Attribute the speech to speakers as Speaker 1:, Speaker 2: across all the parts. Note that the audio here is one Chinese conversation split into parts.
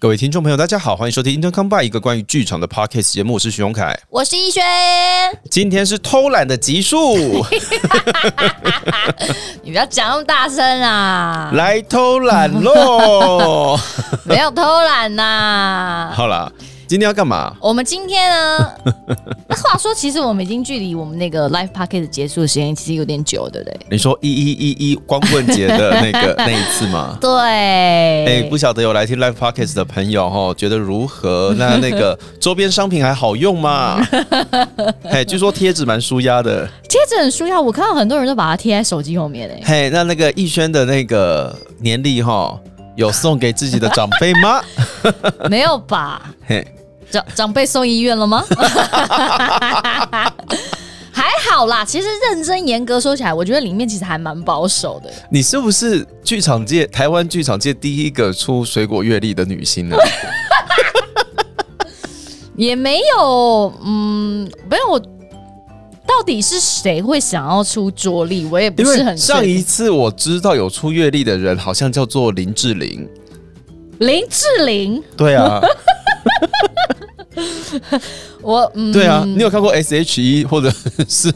Speaker 1: 各位听众朋友，大家好，欢迎收听 Intercom by 一个关于剧场的 podcast 节目，我是徐荣凯。
Speaker 2: 我是逸轩，
Speaker 1: 今天是偷懒的集数，
Speaker 2: 你不要讲那么大声啊！
Speaker 1: 来偷懒喽。
Speaker 2: 没有偷懒呐、
Speaker 1: 好啦，今天要干嘛？
Speaker 2: 我们今 天呢，那话说，其实我们已经距离我们那个 live p o c k e t 结束的时间其实有点久的嘞。
Speaker 1: 你说一一一一光棍节的那个那一次吗？
Speaker 2: 对，
Speaker 1: 哎、不晓得有来听 Live Podcast 的朋友哈，觉得如何？那那个周边商品还好用吗？嘿，据说贴纸蛮舒压的。
Speaker 2: 贴纸很舒压，我看到很多人都把它贴在手机后 面嘞。
Speaker 1: 嘿，那那个逸轩的那个年历哈，有送给自己的长辈吗？
Speaker 2: 没有吧？
Speaker 1: 嘿，
Speaker 2: 长长辈送医院 了吗？还好啦，其实认真严格说起来，我觉得里面其实还蛮保守的。
Speaker 1: 你是不是剧场界台湾剧场界第一个出水果月历的女星呢、
Speaker 2: 也没有，嗯，没有。我到底是谁会想要出桌历？我 也不
Speaker 1: 因
Speaker 2: 是
Speaker 1: 为
Speaker 2: 很
Speaker 1: 上
Speaker 2: 确
Speaker 1: 一
Speaker 2: 定
Speaker 1: 次我知道有出月历的人，好像叫做林志玲。
Speaker 2: 林志玲，
Speaker 1: 对啊，
Speaker 2: 我嗯，
Speaker 1: 对啊，你有看过 S.H.E 或者是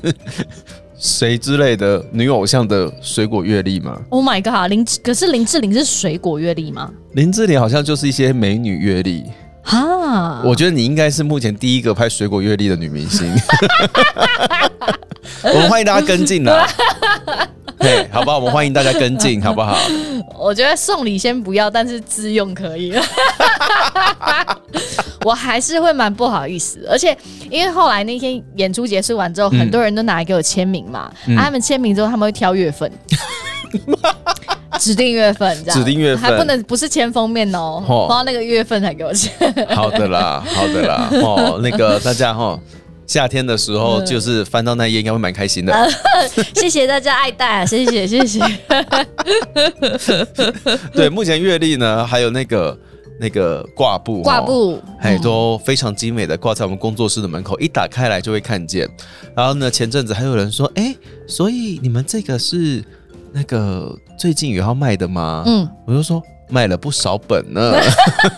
Speaker 1: 谁之类的女偶像的水果月历吗？
Speaker 2: ，Oh my god，林志可是林志玲是水果阅历吗？
Speaker 1: 林志玲好像就是一些美女月历。
Speaker 2: 哈，
Speaker 1: 我觉得你应该是目前第一个拍水果月历的女明星。 我们欢迎大家跟进 啦，嘿，好不好？我们欢迎大家跟进，好不好？
Speaker 2: 我觉得送礼先不要，但是自用可以。 我还是会蛮不好意思的，而且因为后来那天演出结束完之后，很多人都拿来给我签名嘛，
Speaker 1: 嗯
Speaker 2: 啊、他们签名之后他们会挑月份，指定月份这样，
Speaker 1: 指定月份
Speaker 2: 还不能不是签封面哦，
Speaker 1: 哦
Speaker 2: 包括那个月份才给我 签。
Speaker 1: 好的啦，好的 啦，哦，那个大家哈、夏天的时
Speaker 2: 嗯
Speaker 1: 候就是翻到那页，应该会蛮开心
Speaker 2: 啊
Speaker 1: 的。
Speaker 2: 谢谢大家爱戴，啊谢谢 谢谢。
Speaker 1: 对，目前月历呢，还有那个那个挂布哦，
Speaker 2: 挂布
Speaker 1: 哎，都非常精美的挂在我们工作室的门口，一打开来就会看见。然后呢，前阵子还有人说，哎，所以你们这个是那个最近有要卖的吗？
Speaker 2: 嗯，
Speaker 1: 我就说卖了不少本呢。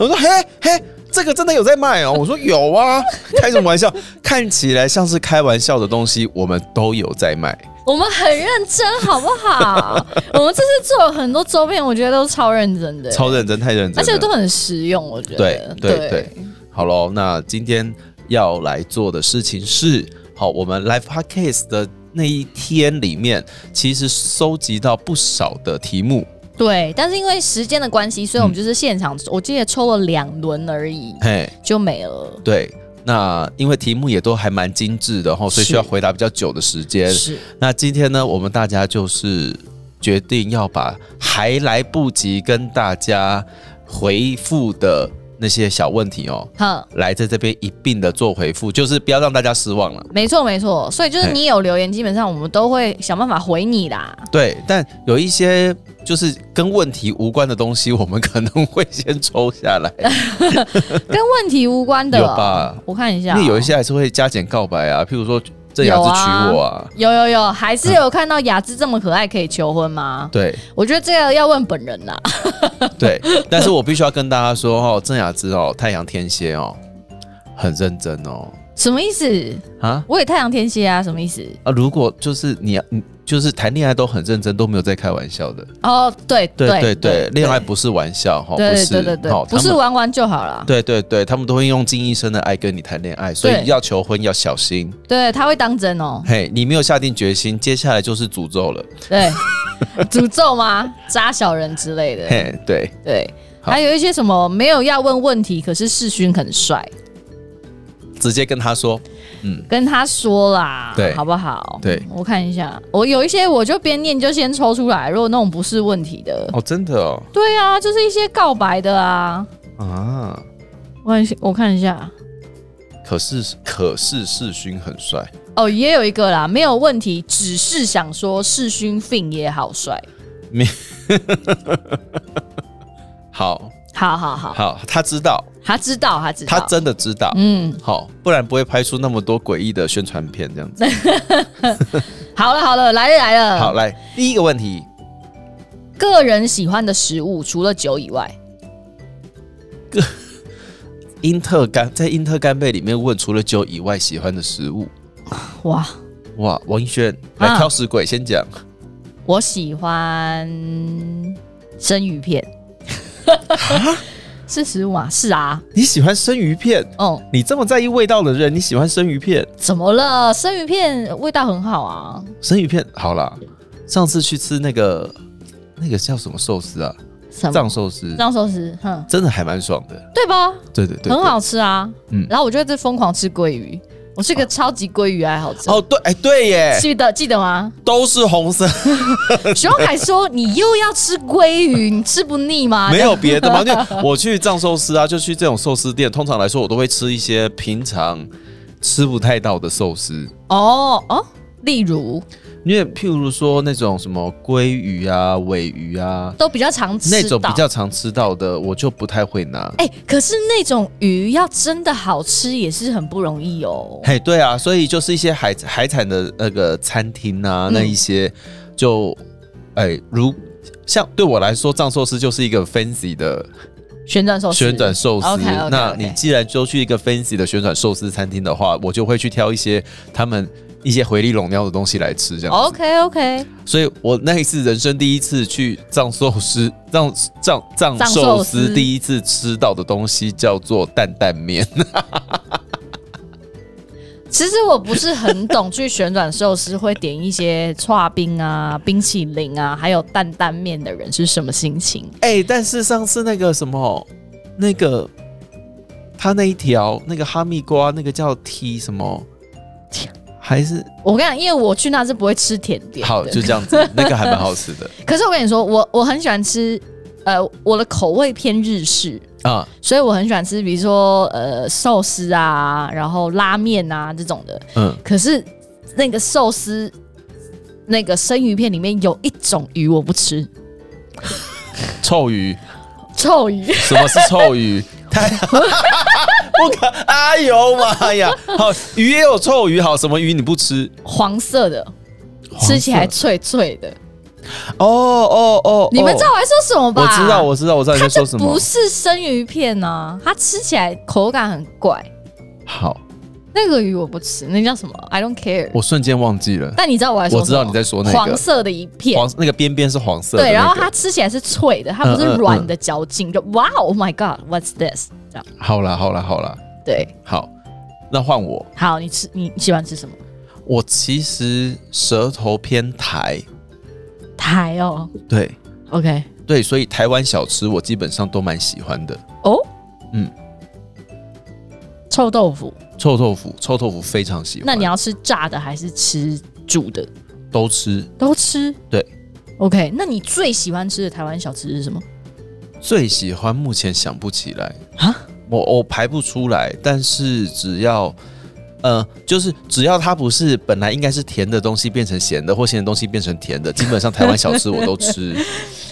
Speaker 1: 我说嘿嘿，这个真的有在卖哦。我说有啊，开什么玩笑？ 看起来像是开玩笑的东西，我们都有在卖。
Speaker 2: 我们很认真好不好？ 我们这次做了很多周边，我觉得都超认真的，
Speaker 1: 超认真，太认真了。
Speaker 2: 而且都很实用，我觉得。
Speaker 1: 对对对好喽，那今天要来做的事情是，好，我们 Live Podcast 的那一天里面，其实收集到不少的题目。
Speaker 2: 对但是因为时间的关系，所以我们
Speaker 1: 嗯
Speaker 2: 就是现场，我记得抽了两轮而已
Speaker 1: 嘿，
Speaker 2: 就没了。
Speaker 1: 对，那因为题目也都还蛮精致的哈，所以需要
Speaker 2: 是
Speaker 1: 回答比较久的时间。
Speaker 2: 是，
Speaker 1: 那今天呢，我们大家就是决定要把还来不及跟大家回复的那些小问题哦，
Speaker 2: 哼，
Speaker 1: 来在这边一并的做回复，就是不要让大家失望了。
Speaker 2: 没错没错。所以就是
Speaker 1: 嘿
Speaker 2: 你有留言，基本上我们都会想办法回你 啦。
Speaker 1: 对，但有一些就是跟问题无关的东西，我们可能会先抽下来，
Speaker 2: 跟问题无关的，
Speaker 1: 有吧？
Speaker 2: 我看一
Speaker 1: 因
Speaker 2: 下哦、
Speaker 1: 为有一些还是会加减告白啊，譬如说这雅子娶我啊，
Speaker 2: 有有有，还是有看到雅芝这么可爱可以求婚
Speaker 1: 嗯
Speaker 2: 吗？
Speaker 1: 对
Speaker 2: 我觉得这个要问本人啦。
Speaker 1: 对， 但是我必须要跟大家说哦，郑雅芝哦，太阳天蝎哦，很认真哦，
Speaker 2: 什么意思？
Speaker 1: 啊
Speaker 2: 我也太阳天蝎啊，什么意思？
Speaker 1: 啊，如果就是你你就是谈恋爱都很认真，都没有在开玩笑的，
Speaker 2: 哦，对
Speaker 1: 对对对
Speaker 2: 对，，
Speaker 1: 恋爱不是玩笑哈，
Speaker 2: 对
Speaker 1: 不
Speaker 2: 对
Speaker 1: 是
Speaker 2: 对对对
Speaker 1: 哦，
Speaker 2: 不
Speaker 1: 他
Speaker 2: 是
Speaker 1: 们
Speaker 2: 玩玩就好了。
Speaker 1: 对对对，他们都会用尽一生的爱跟你谈恋爱，所
Speaker 2: 对
Speaker 1: 以要求婚要小心。
Speaker 2: 对，他会当 真哦。
Speaker 1: 嘿，你没有下定决心，接下来就是诅咒了。
Speaker 2: 对，诅咒吗？扎小人之类的。
Speaker 1: 嘿，对，
Speaker 2: 对，
Speaker 1: 好
Speaker 2: 还有一些什么没有要问问题，可是世勋很帅，
Speaker 1: 直接跟他说，
Speaker 2: 跟他说啦，
Speaker 1: 对
Speaker 2: 好不好？
Speaker 1: 对
Speaker 2: 我看一下，我有一些我就边念就先抽出来，如果那种不是问题的，
Speaker 1: 哦，真的哦，
Speaker 2: 对啊，就是一些告白的啊。
Speaker 1: 啊，
Speaker 2: 我看一下我看一下，
Speaker 1: 可是可是世勋很帅，
Speaker 2: 哦，也有一个啦，没有问题，只是想说世勋 Fin 也好帅，
Speaker 1: 好
Speaker 2: 好好好，
Speaker 1: 好，他知道，
Speaker 2: 他知道，他知道，
Speaker 1: 他真的知道，
Speaker 2: 嗯，
Speaker 1: 好，不然不会拍出那么多诡异的宣传片这样
Speaker 2: 嗯
Speaker 1: 子。
Speaker 2: 好了好了，来了来了，
Speaker 1: 好，来第一个问题，
Speaker 2: 个人喜欢的食物除了酒以外，
Speaker 1: 英特干在英特干贝里面问除了酒以外喜欢的食物。
Speaker 2: 哇，
Speaker 1: 哇，王一轩来
Speaker 2: 啊
Speaker 1: 挑食鬼，先讲
Speaker 2: 我喜欢生鱼片， 是食物吗？是啊，
Speaker 1: 你喜欢生鱼片，
Speaker 2: 哦、
Speaker 1: 你这么在意味道的人，你喜欢生鱼片？
Speaker 2: 怎么了？生鱼片味道很好啊，
Speaker 1: 生鱼片好啦，上次去吃那个那个叫什么寿司啊？
Speaker 2: 什么？
Speaker 1: 藏寿司，
Speaker 2: 藏寿司，哼，
Speaker 1: 真的还蛮爽的。
Speaker 2: 对吧？
Speaker 1: 对对对，
Speaker 2: 很好吃啊。
Speaker 1: 嗯哦
Speaker 2: 然后我就一直疯狂吃鲑鱼，我是个超级鲑鱼爱好者。
Speaker 1: 对。哦，对，哎，对耶，
Speaker 2: 记得记得吗？
Speaker 1: 都是红色，
Speaker 2: 熊凯说：“你又要吃鲑鱼，你吃不腻吗？”
Speaker 1: 没有别的吗？就我去藏寿司啊，就去这种寿司店，通常来说我都会吃一些平常吃不太到的寿司，
Speaker 2: 哦哦，例如
Speaker 1: 因为譬如说那种什么鲑鱼啊、尾鱼啊，
Speaker 2: 都比较常吃到
Speaker 1: 那种比较常吃到的，我就不太会拿。
Speaker 2: 哎、可是那种鱼要真的好吃也是很不容易哦。
Speaker 1: 嘿，对啊，所以就是一些海海产的那个餐厅啊，那一些就哎、如像对我来说，藏寿司就是一个 fancy 的
Speaker 2: 旋转寿司，
Speaker 1: 旋转寿司。
Speaker 2: OK，OK，OK
Speaker 1: 那你既然就去一个 fancy 的旋转寿司餐厅的话，我就会去挑一些他们一些回力笼料的东西来吃，这样。
Speaker 2: OK OK，
Speaker 1: 所以我那一次人生第一次去藏寿司，藏藏藏
Speaker 2: 藏
Speaker 1: 寿
Speaker 2: 寿
Speaker 1: 司
Speaker 2: 司
Speaker 1: 第一次吃到的东西叫做担担面。
Speaker 2: 其实我不是很懂去旋转寿司会点一些串冰啊、冰淇淋啊，还有担担面的人是什么心情？
Speaker 1: 哎、但是上次那个什么，那个他那一条那个哈密瓜，那个叫 T 什么
Speaker 2: 天，
Speaker 1: 还是
Speaker 2: 我跟你讲，因为我去那是不会吃甜点的，
Speaker 1: 好就这样子， 那个还蛮好吃的
Speaker 2: 可是我跟你说，我我很喜欢吃，呃，我的口味偏日式，
Speaker 1: 啊。
Speaker 2: 所以我很喜欢吃，比如说呃寿司啊，然后拉面啊这种的。
Speaker 1: 嗯，
Speaker 2: 可是那个寿司，那个生鱼片里面有一种鱼我不吃，
Speaker 1: 臭鱼，
Speaker 2: 臭鱼。
Speaker 1: 什么是臭鱼？ 太不可，哎呦妈呀！好，鱼也有臭鱼，好，什么鱼你不吃？
Speaker 2: 黄色的，吃起来脆脆的。
Speaker 1: 哦哦哦，
Speaker 2: 你们
Speaker 1: 哦
Speaker 2: 知道我在说什么吧？
Speaker 1: 我知道，我知道，我知道你在
Speaker 2: 它
Speaker 1: 说
Speaker 2: 就
Speaker 1: 什么
Speaker 2: 不。是生鱼片啊，它吃起来口感很怪。
Speaker 1: 好，
Speaker 2: 那个鱼我不吃，那叫什么？I don't care。
Speaker 1: 我瞬间忘记了，
Speaker 2: 但你知道我在说
Speaker 1: 我知道
Speaker 2: 什么
Speaker 1: 你在说那个
Speaker 2: 黄色的一片，
Speaker 1: 黄那个边边是黄色的那
Speaker 2: 对，
Speaker 1: 个，
Speaker 2: 然后它吃起来是脆的，它不
Speaker 1: 嗯嗯
Speaker 2: 是
Speaker 1: 嗯
Speaker 2: 软的嚼劲，就哇，Oh my God，What's this？这样
Speaker 1: 好啦好啦好啦，
Speaker 2: 对，
Speaker 1: 好，那换我。
Speaker 2: 好，你吃你喜欢吃什么？
Speaker 1: 我其实舌头偏台，
Speaker 2: 台哦
Speaker 1: 对
Speaker 2: ，OK，
Speaker 1: 对，所以台湾小吃我基本上都蛮喜欢的。
Speaker 2: 哦，
Speaker 1: 嗯，
Speaker 2: 臭豆腐，
Speaker 1: 臭豆腐，臭豆腐非常喜欢，
Speaker 2: 那你要吃炸的还是吃煮的？
Speaker 1: 都吃。
Speaker 2: 都吃。
Speaker 1: 对
Speaker 2: ，OK，那你最喜欢吃的台湾小吃是什么？
Speaker 1: 最喜欢目前想不起来
Speaker 2: 啊，
Speaker 1: 我我排不出来，但是只要。呃，就是只要它不是本来应该是甜的东西变成咸的，或咸的东西变成甜的，基本上台湾小吃我都吃。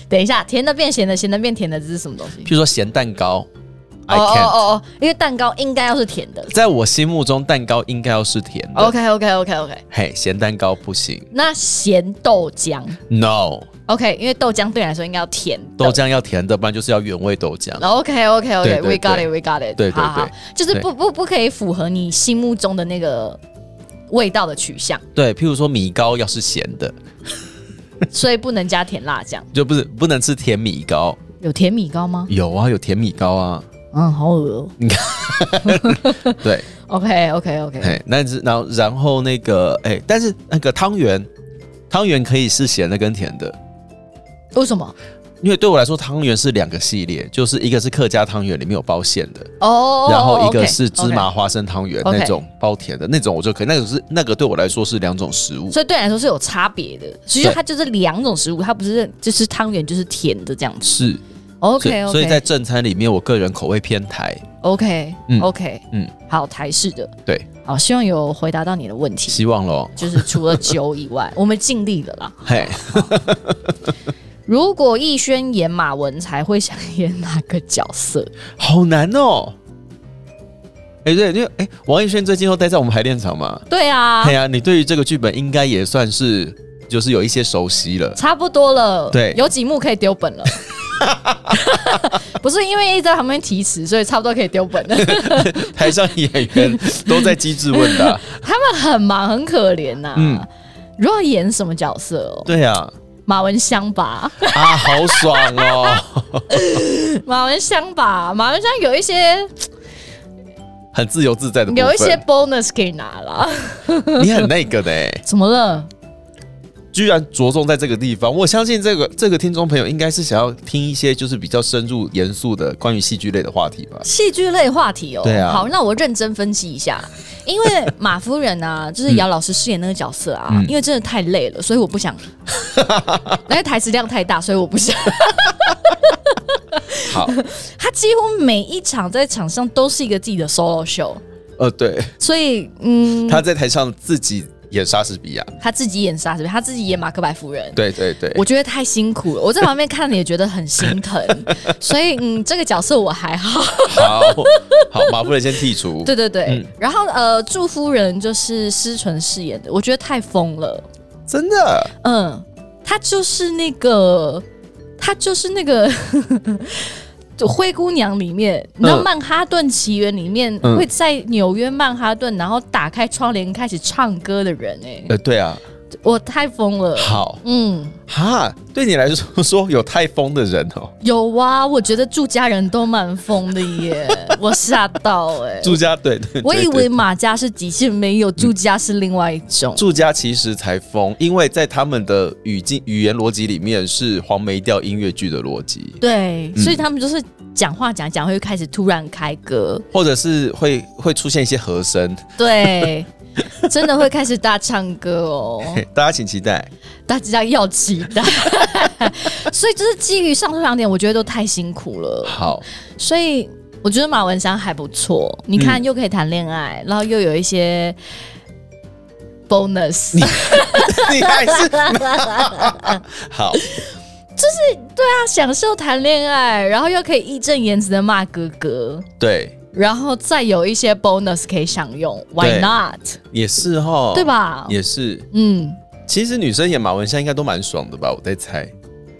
Speaker 2: 等一下，甜的变咸的，咸的变甜的，这是什么东西
Speaker 1: 譬？如说咸蛋糕，I
Speaker 2: 哦哦
Speaker 1: can，、
Speaker 2: 哦哦，因为蛋糕应该要是甜的。
Speaker 1: 在我心目中蛋糕应该要是甜的。
Speaker 2: OK OK OK OK，
Speaker 1: 嘿，咸蛋糕不行
Speaker 2: 那咸豆浆
Speaker 1: ，No，
Speaker 2: OK，因为豆浆对你来说应该要甜的
Speaker 1: 豆。浆要甜的，不然就是要原味豆浆。
Speaker 2: OK OK
Speaker 1: 对
Speaker 2: OK，We、
Speaker 1: 对
Speaker 2: got
Speaker 1: 对
Speaker 2: it，We got it。
Speaker 1: 对对
Speaker 2: 好好
Speaker 1: 对，
Speaker 2: 就是不不不可以符合你心目中的那个味道的取向，
Speaker 1: 对，譬如说米糕要是咸的，
Speaker 2: 所以不能加甜辣酱。
Speaker 1: 就不是不能吃甜米糕。
Speaker 2: 有甜米糕吗？
Speaker 1: 有啊，有甜米糕啊。
Speaker 2: 嗯，好恶哦、
Speaker 1: 对，
Speaker 2: OK OK OK，
Speaker 1: 哎，那是然后然后那个哎，但是那个汤圆，汤圆可以是咸的跟甜的。
Speaker 2: 为什么？
Speaker 1: 因为对我来说，汤圆是两个系列，就是一个是客家汤圆，里面有包馅的，
Speaker 2: 哦、
Speaker 1: 然后一个
Speaker 2: OK，
Speaker 1: 是芝
Speaker 2: OK
Speaker 1: 麻花生汤圆
Speaker 2: OK
Speaker 1: 那种包甜的那种，我就可以。那个是那个对我来说是两种食物。
Speaker 2: 所以对你来说是有差别的。其实
Speaker 1: 对
Speaker 2: 它就是两种食物，它不是就是汤圆就是甜的这样子。
Speaker 1: 是
Speaker 2: OK
Speaker 1: 所以所以在
Speaker 2: OK
Speaker 1: 正餐里面，我个人口味偏台。
Speaker 2: OK
Speaker 1: 嗯
Speaker 2: OK，
Speaker 1: 嗯
Speaker 2: 嗯，好，台式的，
Speaker 1: 对，
Speaker 2: 好，希望有回答到你的 问题。
Speaker 1: 希望咯。
Speaker 2: 就是除了酒以外，我们尽力了啦。
Speaker 1: 嘿，
Speaker 2: 如果逸轩演马文才会想演哪个角色？
Speaker 1: 好难哦。哎、对，因为哎、王艺轩最近都待在我们排练场嘛。
Speaker 2: 对啊
Speaker 1: 对，哎呀、你对于这个剧本应该也算是就是有一些熟悉了。
Speaker 2: 差不多了。
Speaker 1: 对
Speaker 2: 有几幕可以丢本了。不是因为一直在旁边提词，所以差不多可以丢本了。
Speaker 1: 台上演员都在机智问答。
Speaker 2: 他们很忙，很可怜呐、
Speaker 1: 嗯
Speaker 2: 如果演什么角色哦？
Speaker 1: 对啊，
Speaker 2: 马文 香吧，
Speaker 1: 啊，好爽哦，
Speaker 2: 马文香吧，马文香有一些
Speaker 1: 很自由自在的部分。
Speaker 2: 有一些 bonus 可以拿啦。
Speaker 1: 你很那个的、
Speaker 2: 怎么了？
Speaker 1: 居然着重在这个地方。我相信这个这个听众朋友应该是想要听一些就是比较深入严肃的关于戏剧类的话题吧。
Speaker 2: 戏剧类话题哦。
Speaker 1: 对啊
Speaker 2: 好，那我认真分析一下，因为马夫人啊，
Speaker 1: 嗯
Speaker 2: 就是姚老师饰演那个角色啊，因为真的太累了，所以我不想， 那个台词量太大，所以我不想。
Speaker 1: 好，
Speaker 2: 他几乎每一场在场上都是一个自己的 solo show，
Speaker 1: 呃，对，
Speaker 2: 所以嗯，
Speaker 1: 他在台上自己演莎士比亚，
Speaker 2: 他自己演莎士比亚，他自己演马克白夫人。
Speaker 1: 对对对，
Speaker 2: 我觉得太辛苦了，我在旁边看了也觉得很心疼， 所以嗯，这个角色我还好，
Speaker 1: 好好，马夫人先剔除，
Speaker 2: 对对对。
Speaker 1: 嗯
Speaker 2: 然后呃，祝夫人就是施纯饰演的，我觉得太疯了，
Speaker 1: 真的
Speaker 2: 嗯，她就是那个，她就是那个 就灰姑娘里面，你知道《曼哈顿奇缘》里面、
Speaker 1: 嗯
Speaker 2: 会在纽约曼哈顿，然后打开窗帘开始唱歌的人、欸，
Speaker 1: 呃，对啊，
Speaker 2: 我太疯了。
Speaker 1: 好
Speaker 2: 嗯，
Speaker 1: 哈，对你来说说有太疯的人 哦，
Speaker 2: 有啊，我觉得住家人都蛮疯的耶， 我吓到哎、
Speaker 1: 住家对对，对
Speaker 2: 我以
Speaker 1: 对
Speaker 2: 为马家是极限，没有住家是另外一种。
Speaker 1: 住家其实才疯，因为在他们的语境语言逻辑里面是黄梅调音乐剧的逻辑，
Speaker 2: 对，
Speaker 1: 嗯
Speaker 2: 所以他们就是讲话讲一讲会开始突然开歌，
Speaker 1: 或者是会会出现一些和声，
Speaker 2: 哦对，真的会开始大唱歌 哦，
Speaker 1: 嘿大家请期待。
Speaker 2: 大家要期待。 所以就是基于上述两点，我觉得都太辛苦了，
Speaker 1: 好，
Speaker 2: 所以我觉得马文香还不错。你看，
Speaker 1: 嗯
Speaker 2: 又可以谈恋爱，然后又有一些 bonus，
Speaker 1: 你还是好，
Speaker 2: 他享受谈恋爱，然后又可以义正言辞的骂哥哥。
Speaker 1: 对，
Speaker 2: 然后再有一些 bonus 可以享用，Why
Speaker 1: 对
Speaker 2: not？
Speaker 1: 也是哈，
Speaker 2: 对？吧？
Speaker 1: 也是，
Speaker 2: 嗯
Speaker 1: 其实女生演马文香应该都蛮爽的吧？我在猜，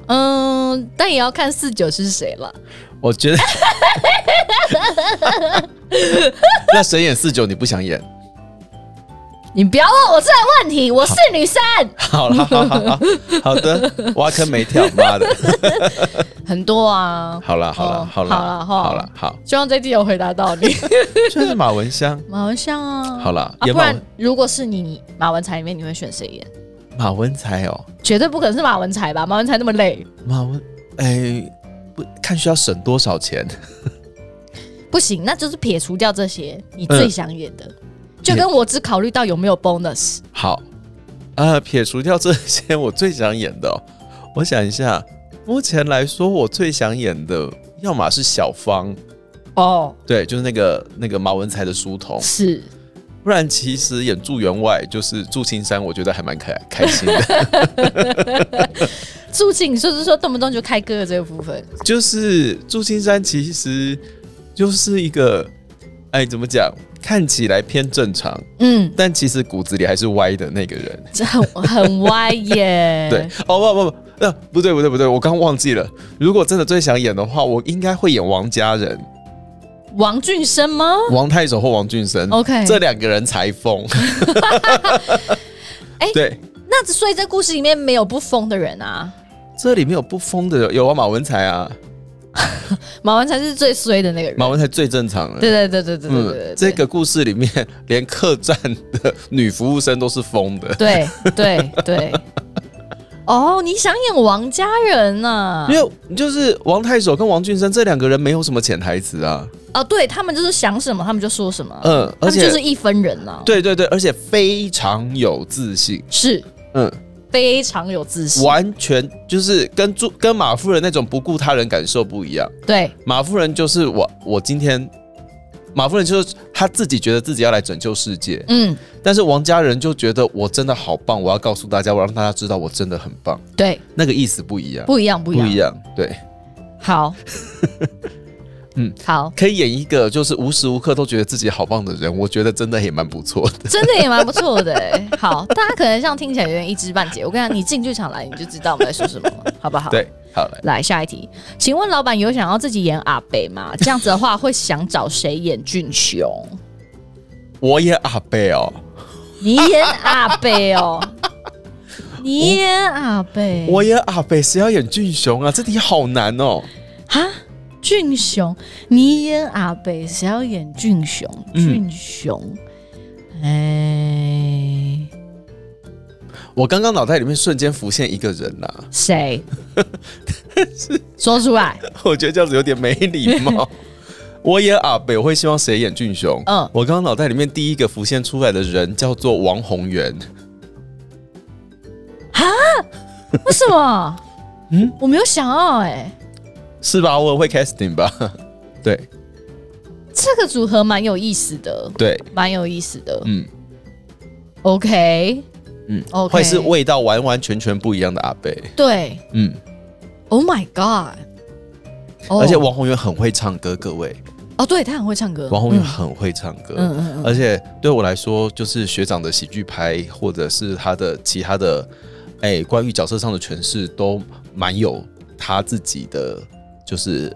Speaker 2: 嗯，但也要看四九是谁了。
Speaker 1: 我觉 得。 那谁演四九你不想演？
Speaker 2: 你不要问我这个问题，我是女生。
Speaker 1: 好啦，好好好，好的，挖坑没跳，妈的，
Speaker 2: 很多啊，
Speaker 1: 好啦，好啦，
Speaker 2: 哦
Speaker 1: 好啦，
Speaker 2: 好啦哈
Speaker 1: 好啦，好，
Speaker 2: 希望这题有回答到你。
Speaker 1: 就是马文香，
Speaker 2: 马文香啊，
Speaker 1: 好啦
Speaker 2: 啊、
Speaker 1: 演
Speaker 2: 不
Speaker 1: 马文
Speaker 2: 然如果是你，你马文才里面你会选谁演？
Speaker 1: 马文才哦，
Speaker 2: 绝对不可能是马文才吧？马文才那么累，
Speaker 1: 马文，哎，不看需要省多少钱，
Speaker 2: 不行，那就是撇除掉这些你最想演的，
Speaker 1: 呃
Speaker 2: 就跟我只考虑到有没有 bonus。
Speaker 1: 好，呃，撇除掉这些，我最想演的哦、我想一下，目前来说，我最想演的，要么是小芳，
Speaker 2: 哦，
Speaker 1: 对，就是那个那个马文才的书童，
Speaker 2: 是，
Speaker 1: 不然其实演住员外，就是住青山，我觉得还蛮开开心的，
Speaker 2: 助庆就是说动不动就开歌的这个部分。
Speaker 1: 就是住青山其实就是一个，哎，怎么讲？看起来偏正常，
Speaker 2: 嗯，
Speaker 1: 但其实骨子里还是歪的那个人。
Speaker 2: 这很很歪耶。
Speaker 1: 对，，哦不不不，呃不对不对不对，我刚忘记了。如果真的最想演的话，我应该会演王家人、
Speaker 2: 王俊生吗
Speaker 1: 王太守或王俊生。
Speaker 2: ？OK，
Speaker 1: 这两个人才疯。
Speaker 2: 哎
Speaker 1: 对，
Speaker 2: 那所以这故事里面没有不疯的人啊。
Speaker 1: 这里面有不疯的人，有啊马文才啊，
Speaker 2: 马文才是最衰的那个人。
Speaker 1: 马文才最正常了。嗯
Speaker 2: 对对对对对对对，对
Speaker 1: 这个故事里面连客栈的女服务生都是疯的，
Speaker 2: 对对对。 哦，你想演王家人啊呐、
Speaker 1: 因为就是王太守跟王俊生这两个人没有什么潜台词啊。
Speaker 2: 啊？哦，对他们就是想什么他们就说什么，
Speaker 1: 嗯，
Speaker 2: 啊他
Speaker 1: 而
Speaker 2: 们
Speaker 1: 且
Speaker 2: 就是一分人啊呐、
Speaker 1: 对对对，而且非常有自信。
Speaker 2: 是
Speaker 1: 嗯，
Speaker 2: 非常有自信。
Speaker 1: 完全就是跟朱跟马夫人那种不顾他人感受不一样。
Speaker 2: 对
Speaker 1: 马夫人就是我，我今天马夫人就是她自己觉得自己要来拯救世界，
Speaker 2: 嗯，
Speaker 1: 但是王家人就觉得我真的好棒，我要告诉大家，我要让大家知道我真的很棒，
Speaker 2: 对，
Speaker 1: 那个意思不一样，
Speaker 2: 不一样不一样。
Speaker 1: 样，对，
Speaker 2: 好，
Speaker 1: 嗯，
Speaker 2: 好，
Speaker 1: 可以演一个就是无时无刻都觉得自己好棒的人，我觉得真的也蛮不错的。
Speaker 2: 真的也蛮不错的、欸。好，大家可能这样听起来有点一知半解。我跟你讲，你进剧场来你就知道我们在说什么了，好不好？
Speaker 1: 对，好来，
Speaker 2: 来下一题，请问老板有想要自己演阿北 吗？这样子的话，会想找谁演俊雄？
Speaker 1: 我演阿贝哦，
Speaker 2: 你演阿北哦， 你演阿北，
Speaker 1: 我演阿贝，谁要演俊雄啊？这题好难哦。
Speaker 2: 哈俊雄，你演阿北，谁要演俊雄？
Speaker 1: 嗯
Speaker 2: 俊雄，哎、
Speaker 1: 我刚刚脑袋里面瞬间浮现一个人呐、啊，
Speaker 2: 谁？说出来。
Speaker 1: 我觉得这样子有点没礼 貌。我演阿北，我会希望谁演俊雄？
Speaker 2: 嗯
Speaker 1: 我刚刚脑袋里面第一个浮现出来的人叫做王宏源，
Speaker 2: 为什么？嗯，我没有想到哎、
Speaker 1: 是吧？我很会 casting 吧？ 对
Speaker 2: 这个组合蛮有意思的，
Speaker 1: 对，
Speaker 2: 蛮有意思的。
Speaker 1: 嗯
Speaker 2: OK，
Speaker 1: 嗯
Speaker 2: OK
Speaker 1: 会是味道完完全全不一样的阿北，
Speaker 2: 对
Speaker 1: 嗯，
Speaker 2: ，Oh my God，哦
Speaker 1: 而且王宏源很会唱歌，各位，
Speaker 2: 哦，对他很会唱歌，
Speaker 1: 王宏源很会唱歌，
Speaker 2: 嗯嗯嗯
Speaker 1: 而且对我来说，就是学长的喜剧拍，或者是他的其他的，哎、关于角色上的诠释，都蛮有他自己的，就是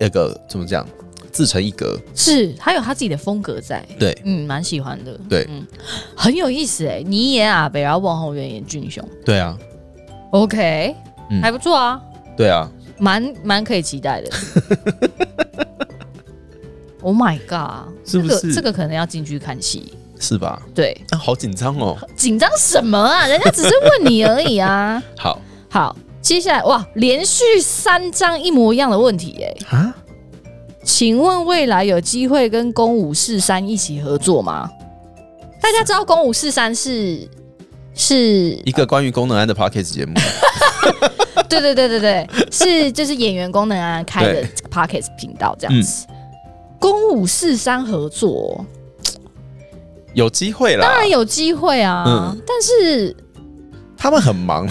Speaker 1: 那个怎么讲，自成一格。
Speaker 2: 嗯，是他有他自己的风格在，
Speaker 1: 对
Speaker 2: 嗯，蛮喜欢的，
Speaker 1: 对
Speaker 2: 嗯，很有意思哎、你演阿北，然后王宏源演俊雄
Speaker 1: 对啊，
Speaker 2: ，OK，、
Speaker 1: 嗯
Speaker 2: 还不错啊，
Speaker 1: 对啊，
Speaker 2: 蛮蛮可以期 待的。Oh my god！
Speaker 1: 是不
Speaker 2: 这
Speaker 1: 是
Speaker 2: 个这个可能要进去看戏，
Speaker 1: 是吧？
Speaker 2: 对，
Speaker 1: 啊，好紧张哦。
Speaker 2: 紧张什么啊？人家只是问你而已啊。
Speaker 1: 好
Speaker 2: 好，接下来哇，连续三张一模一样的问题哎、
Speaker 1: 啊，
Speaker 2: 请问未来有机会跟公五四三一起合作吗？大家知道公五四三是是，
Speaker 1: 一个关于功能安的 p o c k e t 节目，
Speaker 2: 对对对对对，是就是演员功能啊开的
Speaker 1: 对
Speaker 2: Pockets 频道这样子。公五四三合作
Speaker 1: 有机会啦。
Speaker 2: 当然有机会啊，
Speaker 1: 嗯
Speaker 2: 但是
Speaker 1: 他们很忙。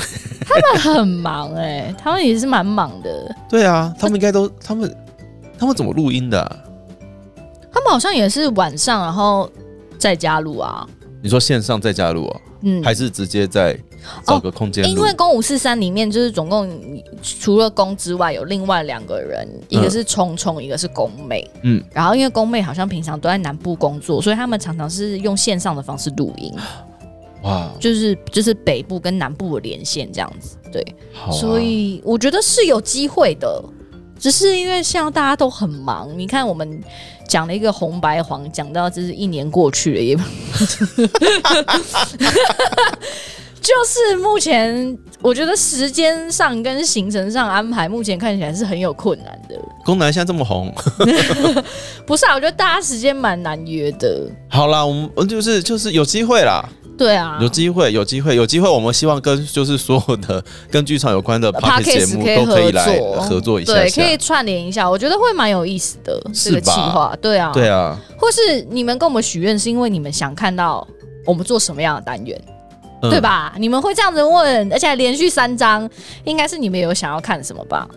Speaker 2: 他们很忙哎、他们也是蛮忙的。
Speaker 1: 对啊，他们应该都他们他们怎么录音的啊、
Speaker 2: 他们好像也是晚上，然后再加入啊。
Speaker 1: 你说线上再加入哦，
Speaker 2: 嗯，哦
Speaker 1: 还是直接在找个空间
Speaker 2: 哎因
Speaker 1: 录？
Speaker 2: 为公五四三里面就是总共除了公之外，有另外两个人，一个是聪聪，一个是宫妹。嗯
Speaker 1: 嗯，
Speaker 2: 然后因为宫妹好像平常都在南部工作，所以他们常常是用线上的方式录音，
Speaker 1: 哇，
Speaker 2: 就是就是北部跟南部的连线这样子。对，
Speaker 1: 好啊
Speaker 2: 所以我觉得是有机会的，只是因为现在大家都很忙。你看，我们讲了一个红白黄，讲到就是一年过去了，也 就是目前我觉得时间上跟行程上安排，目前看起来是很有困难的。
Speaker 1: 宫南现在这么红，
Speaker 2: 不是啊，我觉得大家时间蛮难约的。
Speaker 1: 好啦，我们呃就是就是有机会啦，
Speaker 2: 对啊
Speaker 1: 有。机会，有机会，有机会，我们希望跟就是所有的跟剧场有关的 p o d c a
Speaker 2: 呃 Podcast
Speaker 1: s 节目
Speaker 2: 可以
Speaker 1: 都可以
Speaker 2: 合
Speaker 1: 来
Speaker 2: 作，
Speaker 1: 合作一下
Speaker 2: 对，
Speaker 1: 下
Speaker 2: 可以串联一下，我觉得会蛮有意思的这个
Speaker 1: 是吧
Speaker 2: 计划，对啊，
Speaker 1: 对啊，
Speaker 2: 或是你们跟我们许愿是因为你们想看到我们做什么样的单元，
Speaker 1: 嗯
Speaker 2: 对？吧？你们会这样子问，而且还连续三张，应该是你们有想要看什么吧？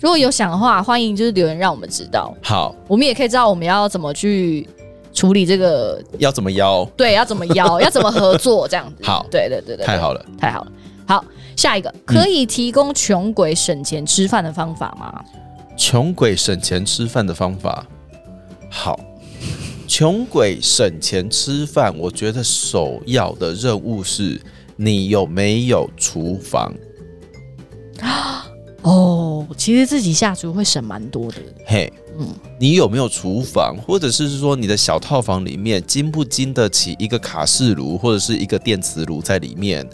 Speaker 2: 如果有想的话，欢迎就是留言让我们知道，
Speaker 1: 好，
Speaker 2: 我们也可以知道我们要怎么去处理这个，
Speaker 1: 要怎么邀？
Speaker 2: 对，要怎么 邀，要怎么合作这样子。
Speaker 1: 好
Speaker 2: 对对对对，
Speaker 1: 太好了，
Speaker 2: 对太好了。好，下一个可以提供穷鬼省钱吃饭的方法吗？
Speaker 1: 穷鬼省钱吃饭的方法。好，穷鬼省钱吃饭，我觉得首要的任务是你有没有厨房。
Speaker 2: 哦，其实自己下厨会省蛮多的。
Speaker 1: 嘿，你有没有厨房，或者是说你的小套房里面经不经得起一个卡式炉或者是一个电磁炉在里面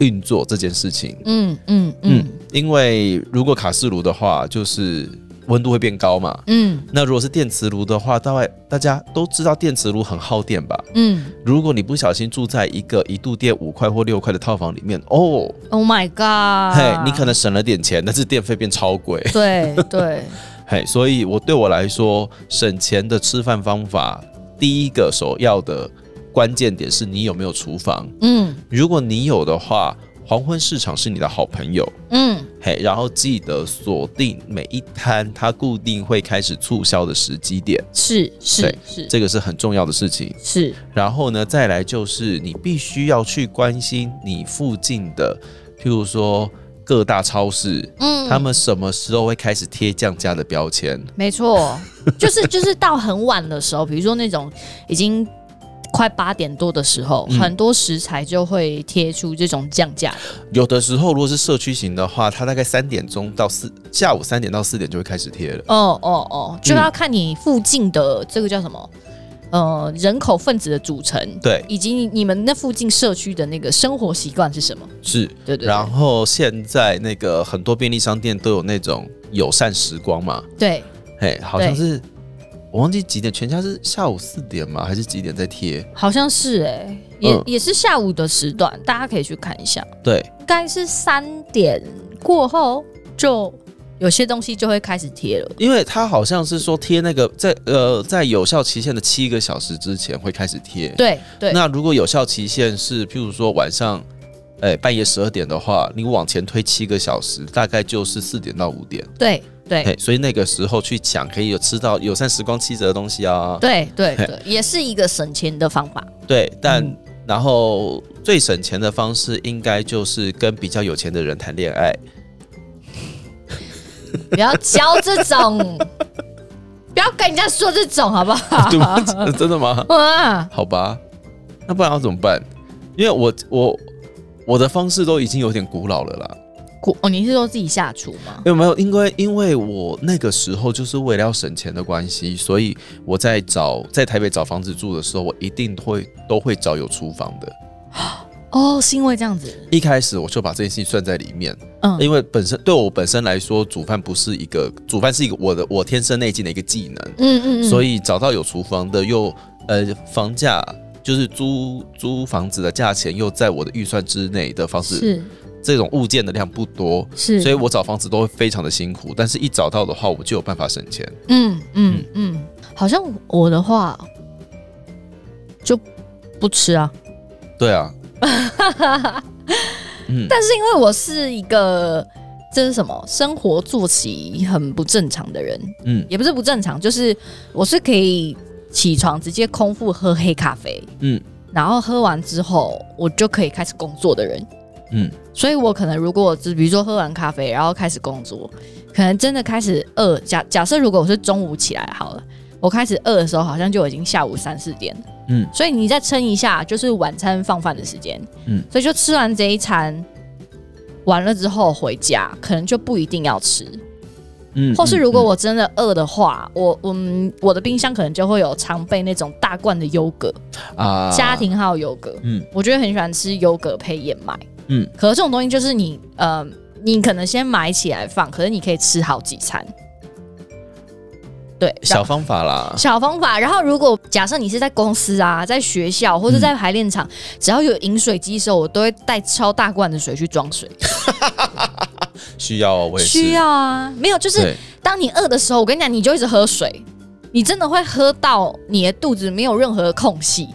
Speaker 1: 运作这件事情？
Speaker 2: 嗯嗯
Speaker 1: 嗯
Speaker 2: 嗯，
Speaker 1: 因为如果卡式炉的话，就是温度会变高嘛。
Speaker 2: 嗯
Speaker 1: 那如果是电磁炉的话，大概大家都知道电磁炉很耗电吧？
Speaker 2: 嗯
Speaker 1: 如果你不小心住在一个一度电五块或六块的套房里面，哦，
Speaker 2: Oh my god！
Speaker 1: 嘿，你可能省了点钱，但是电费变超贵。
Speaker 2: 对对，
Speaker 1: 嘿，所以我对我来说，省钱的吃饭方法，第一个首要的关键点是你有没有厨房。
Speaker 2: 嗯
Speaker 1: 如果你有的话，黄昏市场是你的好朋友。
Speaker 2: 嗯
Speaker 1: 嘿，然后记得锁定每一摊它固定会开始促销的时机点，
Speaker 2: 是是
Speaker 1: 对
Speaker 2: 是
Speaker 1: 这个是很重要的事情。
Speaker 2: 是，
Speaker 1: 然后呢，再来就是你必须要去关心你附近的，譬如说各大超市，
Speaker 2: 嗯
Speaker 1: 他们什么时候会开始贴降价的标签？
Speaker 2: 没错，就是就是到很晚的时候，比如说那种已经快八点多的时候，
Speaker 1: 嗯
Speaker 2: 很多食材就会贴出这种降价。
Speaker 1: 有的时候如果是社区型的话，它大概三点钟到四下午三点到四点就会开始贴了。
Speaker 2: 哦哦哦，
Speaker 1: 嗯
Speaker 2: 就要看你附近的这个叫什么，呃，人口分子的组成，
Speaker 1: 对，
Speaker 2: 以及你你们那附近社区的那个生活习惯是什么？
Speaker 1: 是。
Speaker 2: 对对
Speaker 1: 然
Speaker 2: 对，
Speaker 1: 后现在那个很多便利商店都有那种友善时光嘛，
Speaker 2: 对
Speaker 1: 嘿，好像是我忘记几点，全家是下午四点嘛，还是几点在贴？
Speaker 2: 好像是哎、也、
Speaker 1: 嗯
Speaker 2: 也是下午的时段，大家可以去看一下，
Speaker 1: 对，
Speaker 2: 应该是三点过后就有些东西就会开始贴了。
Speaker 1: 因为它好像是说贴那个在呃在有效期限的七个小时之前会开始贴。
Speaker 2: 对对，
Speaker 1: 那如果有效期限是譬如说晚上，哎、半夜十二点的话，你往前推七个小时，大概就是四点到五点。
Speaker 2: 对对
Speaker 1: 嘿，所以那个时候去抢可以有吃到友善时光七折的东西啊。
Speaker 2: 对对
Speaker 1: 嘿
Speaker 2: 对，也是一个省钱的方法。
Speaker 1: 对，但、
Speaker 2: 嗯
Speaker 1: 然后最省钱的方式应该就是跟比较有钱的人谈恋 爱。
Speaker 2: 不要教 这种，不要跟人家说这种，好不好？ 啊
Speaker 1: 对吗？ 真真的吗？
Speaker 2: 哇，
Speaker 1: 好吧，那不然要怎么办？因为我我我的方式都已经有点古老了啦。
Speaker 2: 古哦，你是说自己下厨吗？
Speaker 1: 有没有？因为因为我那个时候就是为了要省钱的关系，所以我在找在台北找房子住的时候，我一定会都会找有厨房的。
Speaker 2: 哦，是因为这样子，
Speaker 1: 一开始我就把这件事情算在里面，
Speaker 2: 嗯
Speaker 1: 因为本身对我本身来说，煮饭不是一个煮饭是一个我的我天生内进的一个技能，
Speaker 2: 嗯嗯
Speaker 1: 所
Speaker 2: 以
Speaker 1: 以找到有厨房的又呃房价。就是租租房子的价钱又在我的预算之内的房子，
Speaker 2: 是
Speaker 1: 这种物件的量不多，
Speaker 2: 是，
Speaker 1: 所以我找房子都会非常的辛苦，但是一找到的话，我就有办法省钱。
Speaker 2: 嗯嗯嗯，好像我的话就不吃啊，
Speaker 1: 对啊，嗯，
Speaker 2: 但是因为我是一个。这是什么生活作息很不正常的人，
Speaker 1: 嗯
Speaker 2: 也不是不正常，就是我是可以起床直接空腹喝黑咖啡，
Speaker 1: 嗯
Speaker 2: 然后喝完之后我就可以开始工作的人。
Speaker 1: 嗯，
Speaker 2: 所以我可能如果只比如说喝完咖啡，然后开始工作，可能真的开始饿。假假设如果我是中午起来好了，我开始饿的时候，好像就已经下午三四点了。
Speaker 1: 嗯，
Speaker 2: 所以你再撑一下，就是晚餐放饭的时间。
Speaker 1: 嗯
Speaker 2: 嗯，所以就吃完这一餐。完了之后回家，可能就不一定要吃，
Speaker 1: 嗯
Speaker 2: 或是如果我真的饿的话，我我嗯我的冰箱可能就会有常备那种大罐的优格，
Speaker 1: 啊
Speaker 2: 家，庭号优格，
Speaker 1: 嗯
Speaker 2: 我觉得很喜欢吃优格配燕麦。
Speaker 1: 嗯，
Speaker 2: 可是这种东西就是你呃，你可能先买起来放，可是你可以吃好几餐。对，然
Speaker 1: 小
Speaker 2: 后
Speaker 1: 方法啦，
Speaker 2: 小方法。然后如果假设你是在公司啊，在学校或者在排练场，只要有饮水机的时候，我都会带超大罐的水去装水。
Speaker 1: 需要哦我也是
Speaker 2: 需要啊，没有，就是
Speaker 1: 对
Speaker 2: 当你饿的时候，我跟你讲，你就一直喝水。你真的会喝到你的肚子没有任何空隙，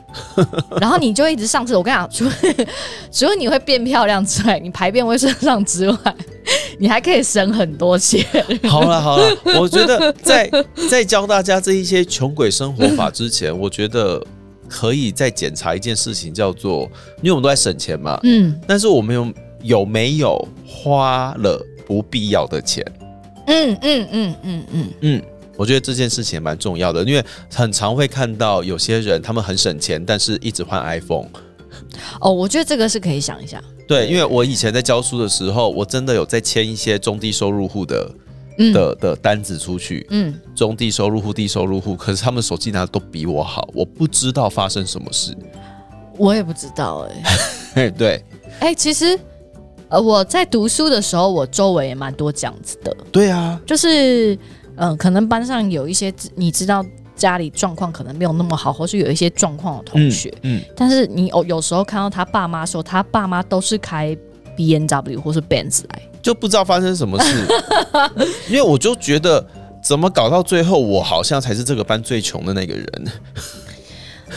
Speaker 2: 然后你就一直上厕所。我跟你讲，除了 除了你会变漂亮之外，你排便会顺畅之外， 你还可以省很多钱。
Speaker 1: 好了 好了，我觉得在在教大家这一些穷鬼生活法之前，我觉得可以再检查一件事情，叫做因为我们都在省钱嘛，
Speaker 2: 嗯
Speaker 1: 但是我们有有没有花了不必要的钱？
Speaker 2: 嗯嗯嗯嗯嗯，
Speaker 1: 嗯，我觉得这件事情也蛮重要的，因为很常会看到有些人他们很省钱，但是一直换 iPhone。
Speaker 2: 哦，我觉得这个是可以想一下。
Speaker 1: 对，因为我以前在教书的时候，我真的有在签一些中低收入户的
Speaker 2: 嗯
Speaker 1: 的的单子出去，
Speaker 2: 嗯，
Speaker 1: 中低收入户、低收入户，可是他们手机拿的都比我好，我不知道发生什么事。
Speaker 2: 我也不知道哎、
Speaker 1: 嘿，对，
Speaker 2: 哎、其实呃我在读书的时候，我周围也蛮多这样子的。
Speaker 1: 对啊，
Speaker 2: 就是嗯、呃可能班上有一些知你知道家里状况可能没有那么好，或是有一些状况的同学，
Speaker 1: 嗯，
Speaker 2: 但是你有有时候看到他爸妈的时候，他爸妈都是开 B N W 或是 Benz 来，
Speaker 1: 就不知道发生什么 事，因为我就觉得。怎么搞到最后，我好像才是这个班最穷的那个人？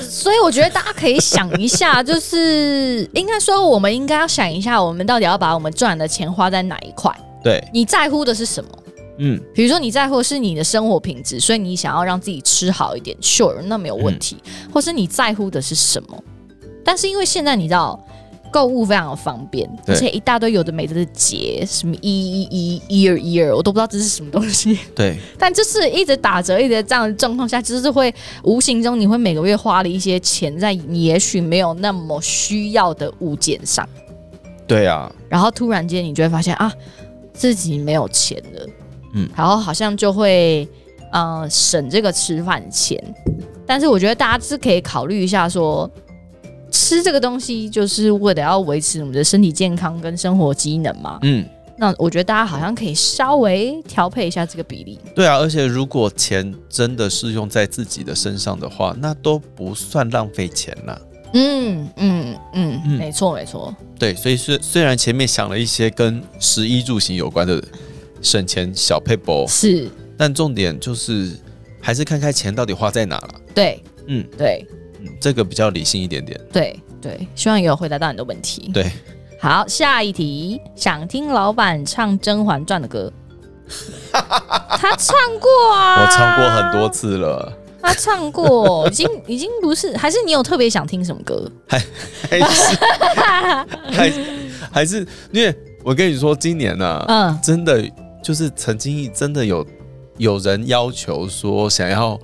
Speaker 2: 所以我觉得大家可以想一下，就是应该说我们应该要想一下，我们到底要把我们赚的钱花在哪一块。
Speaker 1: 对，
Speaker 2: 你在乎的是什么？
Speaker 1: 嗯，
Speaker 2: 比如说你在乎的是你的生活品质，所以你想要让自己吃好一点，sure，那没有问题。或是你在乎的是什么？但是因为现在你知道。购物非常的方便，
Speaker 1: 对
Speaker 2: 而且一大堆有的没的的节，什么一一一、一二一二，我都不知道这是什么东西。
Speaker 1: 对，
Speaker 2: 但就是一直打折，一直这样的状况下，就是会无形中你会每个月花了一些钱在你也许没有那么需要的物件上，
Speaker 1: 对啊，
Speaker 2: 然后突然间你就会发现啊，自己没有钱了，
Speaker 1: 嗯
Speaker 2: 嗯，然后好像就会嗯、呃省这个吃饭钱，但是我觉得大家是可以考虑一下说。吃这个东西就是为了要维持我们的身体健康跟生活机能嘛，
Speaker 1: 嗯，
Speaker 2: 那我觉得大家好像可以稍微调配一下这个比例。
Speaker 1: 对啊，而且如果钱真的是用在自己的身上的话，那都不算浪费钱啦。
Speaker 2: 嗯嗯嗯，
Speaker 1: 嗯
Speaker 2: 没错没错，
Speaker 1: 对，所以虽虽然前面想了一些跟食衣住行有关的省钱小 paper，
Speaker 2: 是，
Speaker 1: 但重点就是还是看看钱到底花在哪了。
Speaker 2: 对，
Speaker 1: 嗯
Speaker 2: 对
Speaker 1: 嗯，这个比较理性一点点。
Speaker 2: 对对，希望也有回答到你的问题。
Speaker 1: 对，
Speaker 2: 好，下一题，想听老板唱《甄嬛传》的歌。他唱过啊，
Speaker 1: 我唱过很多，次了，
Speaker 2: 他唱过，已经已经不是，还是你有特别想听什么歌？
Speaker 1: 还是还还是因为我跟你说，今年啊呢、
Speaker 2: 嗯，
Speaker 1: 真的就是曾经真的有有人要求说想要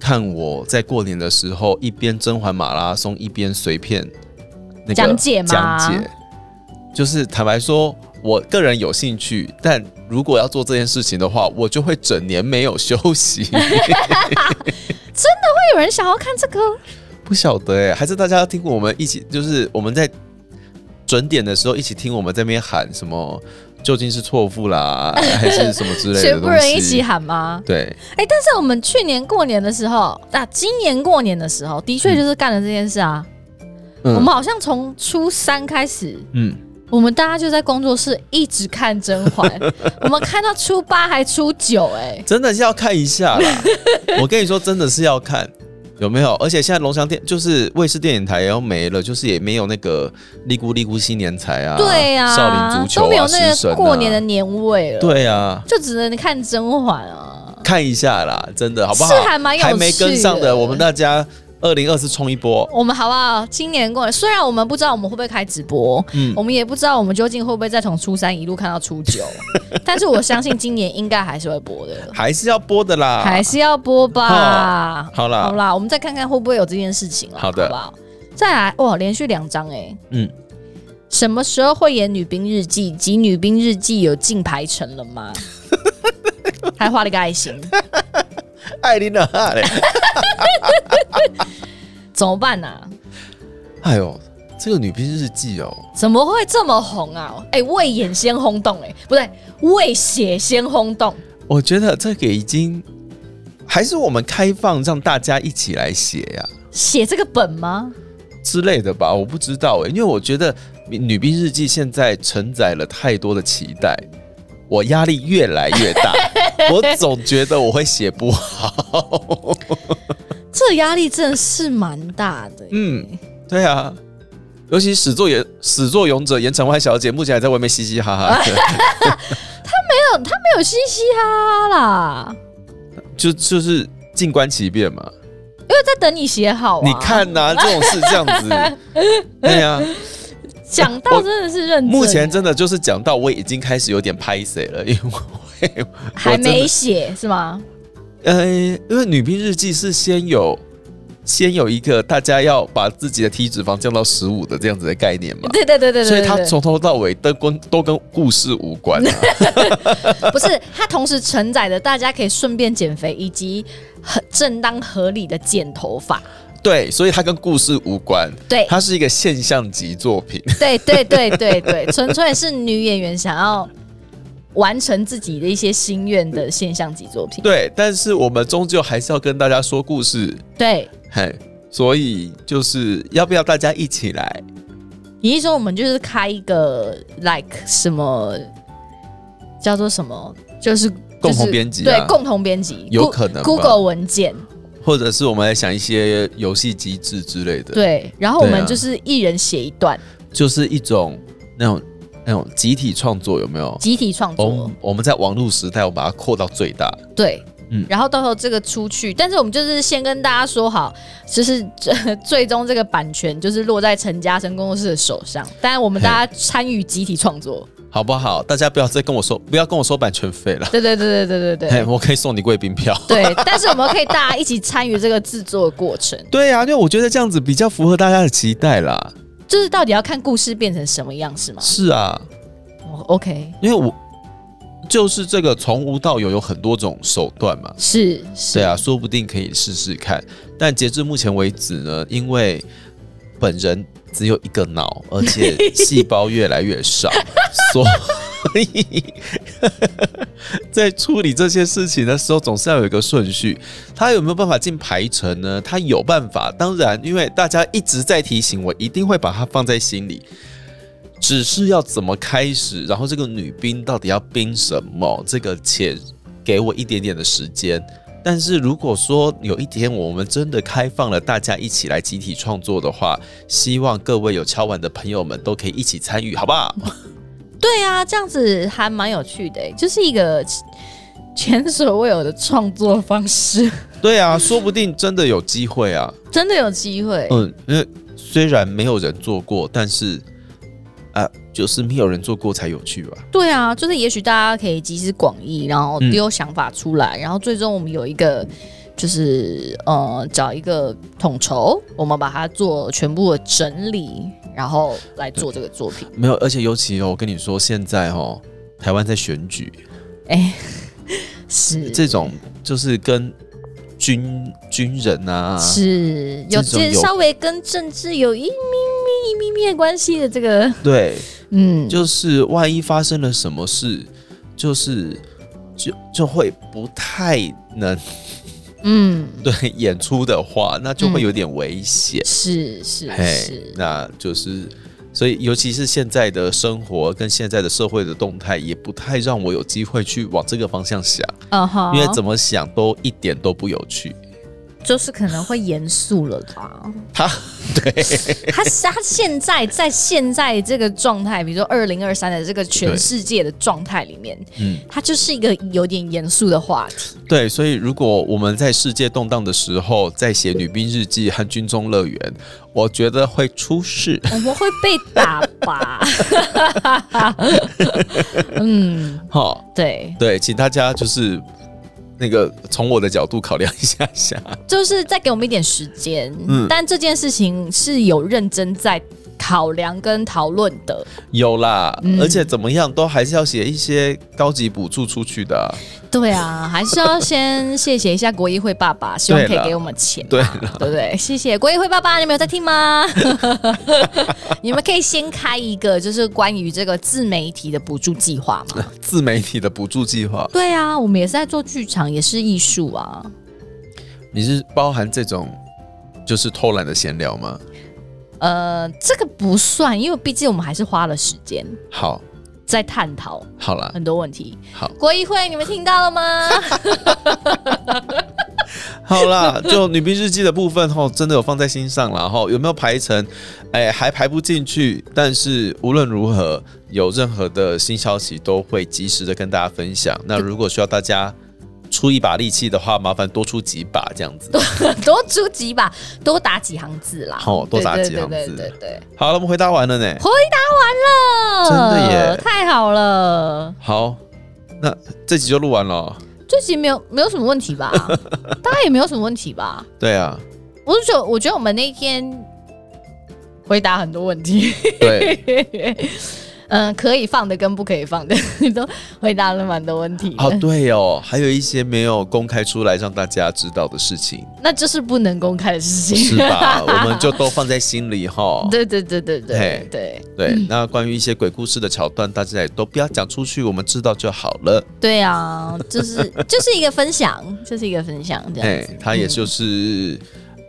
Speaker 1: 看我在过年的时候一边甄嬛马拉松一边随便那个
Speaker 2: 讲解吗
Speaker 1: 讲解，就是坦白说，我个人有兴趣，但如果要做这件事情的话，我就会整年没有休 息。
Speaker 2: 会有人想要看这个？
Speaker 1: 不晓得哎、还是大家要听我们一起，就是我们在准点的时候一起听我们这边喊什么究竟是错付啦，还是什么之类的东西。
Speaker 2: 全部人一起喊吗？
Speaker 1: 对，
Speaker 2: 哎、但是我们去年过年的时候，那、啊、今年过年的时候，的确就是干了这件事啊。
Speaker 1: 嗯
Speaker 2: 我们好像从初三开始，
Speaker 1: 嗯，
Speaker 2: 我们大家就在工作室一直看《甄 嬛》，我们看到初八还初九、哎，
Speaker 1: 真的是要看一下 啦。我跟你说，真的是要看有没有。而且现在龙翔电就是卫视电影台也要没了，就是也没有那个利咕利咕新年财啊，
Speaker 2: 对啊，
Speaker 1: 少林足球啊，
Speaker 2: 都没有那
Speaker 1: 食神
Speaker 2: 个
Speaker 1: 啊
Speaker 2: 过年的年味了，、
Speaker 1: 对啊，
Speaker 2: 就只能看《甄嬛》啊，
Speaker 1: 看一下啦，真的好不好？
Speaker 2: 是还蛮有趣的
Speaker 1: 还没跟上的，我们大家二零二四冲一波。
Speaker 2: 我们好不好？今年过年，虽然我们不知道我们会不会开直播，
Speaker 1: 嗯
Speaker 2: 我们也不知道我们究竟会不会再从初三一路看到初 九，但是我相信今年应该还是会播的。
Speaker 1: 还是要播的啦，
Speaker 2: 还是要播吧。
Speaker 1: 啊哦好啦
Speaker 2: 好啦，我们再看看会不会有这件事情啦，啊
Speaker 1: 好的
Speaker 2: 好不好？再来，哇，连续两张哎，
Speaker 1: 嗯
Speaker 2: 嗯。什么时候会演《女兵日记》及《女兵日记》有进排成了 吗？还画了一个爱心，
Speaker 1: 艾琳 娜嘞。
Speaker 2: 怎么办啊？
Speaker 1: 哎呦，这个女兵日记哦，
Speaker 2: 怎么会这么红啊？哎、未演先轰动、哎，不对，未写先轰动。
Speaker 1: 我觉得这个已经还是我们开放让大家一起来写呀、
Speaker 2: 写这个本吗？
Speaker 1: 之类的吧，我不知道哎、因为我觉得女兵日记现在承载了太多的期待。我压力越来越大，我总觉得我会写不好。
Speaker 2: 这压力真的是蛮大的、哎
Speaker 1: 嗯，对啊，尤其始作俑始作俑者严惩外小姐，目前还在外面嘻嘻哈哈的。
Speaker 2: 没有嘻嘻哈哈啦，
Speaker 1: 就就是静观其变嘛。
Speaker 2: 因为在等你写好、啊。
Speaker 1: 你看呐、这种事这样子，对呀、
Speaker 2: 讲到真的是认真，
Speaker 1: 目前真的就是讲到我已经开始有点拍谁了，因为我
Speaker 2: 还没
Speaker 1: 我
Speaker 2: 写是吗？
Speaker 1: 真的呃，因为女兵日记是先有。先有一个大家要把自己的体脂肪降到十五的这样子的概念嘛，
Speaker 2: 对对对对对，
Speaker 1: 所以它
Speaker 2: 对
Speaker 1: 从头到尾都跟都跟故事无关、 啊。
Speaker 2: 不是它同时承载着大家可以顺便减肥以及很正当合理的剪头发。
Speaker 1: 对，所以它跟故事无关，
Speaker 2: 对
Speaker 1: 它是一个现象级作品。
Speaker 2: 对对对对对，纯粹是女演员想要完成自己的一些心愿的现象级作品。
Speaker 1: 对，但是我们终究还是要跟大家说故事，
Speaker 2: 对，
Speaker 1: 嘿，所以就是要不要大家一起来？
Speaker 2: 你一说我们就是开一个 like 什么叫做什么，就是
Speaker 1: 共同编辑啊
Speaker 2: 就是对，共同编辑
Speaker 1: 有可能吧
Speaker 2: Google 文件。
Speaker 1: 或者是我们来想一些游戏机制之类的，，
Speaker 2: 对，然后我
Speaker 1: 对啊
Speaker 2: 们就是一人写一段，
Speaker 1: 就是一种那种，嗯、那种集体创作有没有？
Speaker 2: 集体创
Speaker 1: 我
Speaker 2: 作
Speaker 1: 们，我们在网络时代，我把它扩到最大。
Speaker 2: 对。
Speaker 1: 嗯
Speaker 2: 然后到时候这个出去，但是我们就是先跟大家说好，就是这最终这个版权就是落在陈嘉生工作室的手上，当然我们大家参与集体创作，
Speaker 1: 好不好？大家不要再跟我说，不要跟我说版权费了。
Speaker 2: 对对对对对对
Speaker 1: 嘿，
Speaker 2: 对
Speaker 1: 我可以送你贵宾票。
Speaker 2: 对，但是我们可以大家一起参与这个制作的过程，
Speaker 1: 对啊呀、因为我觉得这样子比较符合大家的期待啦。
Speaker 2: 就是到底要看故事变成什么样是吗、
Speaker 1: 是啊，
Speaker 2: 哦、？OK，
Speaker 1: 因为我就是这个从无到有有很多种手段嘛。
Speaker 2: 是是
Speaker 1: 对啊，说不定可以试试看。但截至目前为止呢，因为本人只有一个脑，而且细胞越来越少，所以在处理这些事情的时候，总是要有一个顺序。他有没有办法进排程呢？他有办法，当然，因为大家一直在提醒我，一定会把它放在心里。只是要怎么开始，然后这个女兵到底要兵什么？这个且给我一点点的时间。但是如果说有一天我们真的开放了，大家一起来集体创作的话，希望各位有敲碗的朋友们都可以一起参与，好不好？
Speaker 2: 对啊，这样子还蛮有趣的欸、就是一个前所未有的创作方式，
Speaker 1: 对啊，说不定真的有机会啊。
Speaker 2: 真的有机会。
Speaker 1: 嗯，因为虽然没有人做过，但是啊，就是没有人做过才有趣吧。
Speaker 2: 对啊，就是也许大家可以集思广益，然后
Speaker 1: 嗯
Speaker 2: 丢想法出来，然后最终我们有一个就是呃找一个统筹，我们把它做全部的整理，然后来做这个 作品。
Speaker 1: 没有，而且尤其哦，我跟你说，现在哦，台湾在选举，
Speaker 2: 哎、是
Speaker 1: 这种就是跟军军人啊，
Speaker 2: 是有
Speaker 1: 这种
Speaker 2: 这
Speaker 1: 有
Speaker 2: 稍微跟政治有一咪咪一咪咪的关系的这个，
Speaker 1: 对，
Speaker 2: 嗯，
Speaker 1: 就是万一发生了什么事，就是就就会不太能
Speaker 2: 嗯。
Speaker 1: 对演出的话，那就会有点危险。
Speaker 2: 是是是，
Speaker 1: 那就是所以，尤其是现在的生活跟现在的社会的动态，也不太让我有机会去往这个方向想，
Speaker 2: 嗯哼，
Speaker 1: 因为怎么想都一点都不有趣。
Speaker 2: 就是可能会严肃了吧？
Speaker 1: 他 对
Speaker 2: 他他现在在现在这个状态，比如说二零二三的这个全
Speaker 1: 对
Speaker 2: 世界的状态里面，
Speaker 1: 嗯
Speaker 2: 它就是一个有点严肃的话 题。
Speaker 1: 对，所以如果我们在世界动荡的时候在写《女兵日记》和《军中乐园》，我觉得会出事。
Speaker 2: 我们会被打 吧？嗯，
Speaker 1: 哈、
Speaker 2: 对，
Speaker 1: 对，请大家就是那个从我的角度考量一下下。
Speaker 2: 就是再给我们一点时间。
Speaker 1: 嗯
Speaker 2: 但这件事情是有认真在考量跟讨论的。
Speaker 1: 有啦，
Speaker 2: 嗯
Speaker 1: 而且怎么样都还是要写一些高级补助出去的啊、
Speaker 2: 对啊，还是要先谢谢一下国议会爸爸，希望可以给我们钱嘛，
Speaker 1: 对
Speaker 2: 对不对？谢谢国议会爸爸，你们有在听吗？ 你们可以先开一个，就是关于这个自媒体的补助计划 嘛。
Speaker 1: 自媒体的补助计划，
Speaker 2: 对啊，我们也是在做剧场，也是艺术啊。
Speaker 1: 你是包含这种就是偷懒的闲聊吗？
Speaker 2: 呃，这个不算，因为毕竟我们还是花了时间
Speaker 1: 好，
Speaker 2: 在探讨
Speaker 1: 好啦，
Speaker 2: 很多问题。
Speaker 1: 好，
Speaker 2: 国议会，你们听到 了吗？
Speaker 1: 好啦，就女兵日记的部分吼，真的有放在心上啦吼，有没有排成？哎、还排不进去，但是无论如何，有任何的新消息都会及时的跟大家分享。那如果需要大家出一把力气的话，麻烦多出几把这样子。
Speaker 2: 多出几把，多打几行字啦。
Speaker 1: 好多打几行
Speaker 2: 对
Speaker 1: 字
Speaker 2: 对对对对对。
Speaker 1: 好了，我们回答完了呢。
Speaker 2: 回答完了，
Speaker 1: 真的耶
Speaker 2: 太好了，
Speaker 1: 好，那这集就录完了哦。
Speaker 2: 这集没有没有什么问 题吧？大家也没有什么问题吧？
Speaker 1: 对啊，
Speaker 2: 我就觉得，我觉得我们那天回答很多问题，
Speaker 1: 对，
Speaker 2: 嗯，可以放的跟不可以放的 都回答了蛮多问题的
Speaker 1: 哦，对哦，还有一些没有公开出来让大家知道的事情，
Speaker 2: 那就是不能公开的事情，
Speaker 1: 是 吧？我们就都放在心里哈。
Speaker 2: 对对对对对
Speaker 1: 嘿
Speaker 2: 对
Speaker 1: 对，那关于一些鬼故事的桥段，大家也都不要讲出去，我们知道就好了。
Speaker 2: 对啊，就是就是一个分享，就是一个分享这
Speaker 1: 哎
Speaker 2: 样子，，
Speaker 1: 他也就是，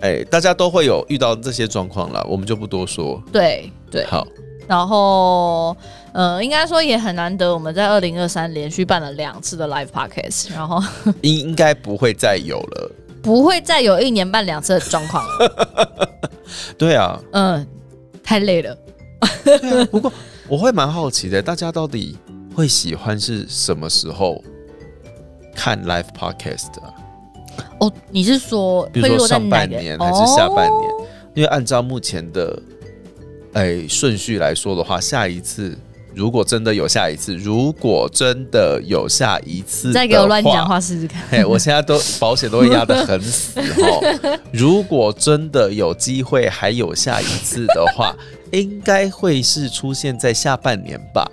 Speaker 1: 哎、大家都会有遇到这些状况啦，我们就不多说。
Speaker 2: 对对。
Speaker 1: 好，
Speaker 2: 然后，呃，应该说也很难得，我们在二零二三连续办了两次的 live podcast，然后
Speaker 1: 应应该不会再有了。
Speaker 2: 不会再有一年办两次的状 况了。
Speaker 1: 对啊，
Speaker 2: 嗯、太累了。
Speaker 1: 对啊。不过我会蛮好奇的，大家到底会喜欢是什么时候看 live podcast 啊？
Speaker 2: 哦，你是说
Speaker 1: 比
Speaker 2: 会
Speaker 1: 如说
Speaker 2: 落在
Speaker 1: 上
Speaker 2: 哪
Speaker 1: 半
Speaker 2: 个哦
Speaker 1: 年还是下半年？因为按照目前的哎顺序来说的话，下一次如果真的有下一次，如果真的有下一次，
Speaker 2: 你再给我乱讲。话试试看。
Speaker 1: 嘿，我现在都保险都会压得很死哦。如果真的有机会还有下一次的 话，应该会是出现在下半年吧？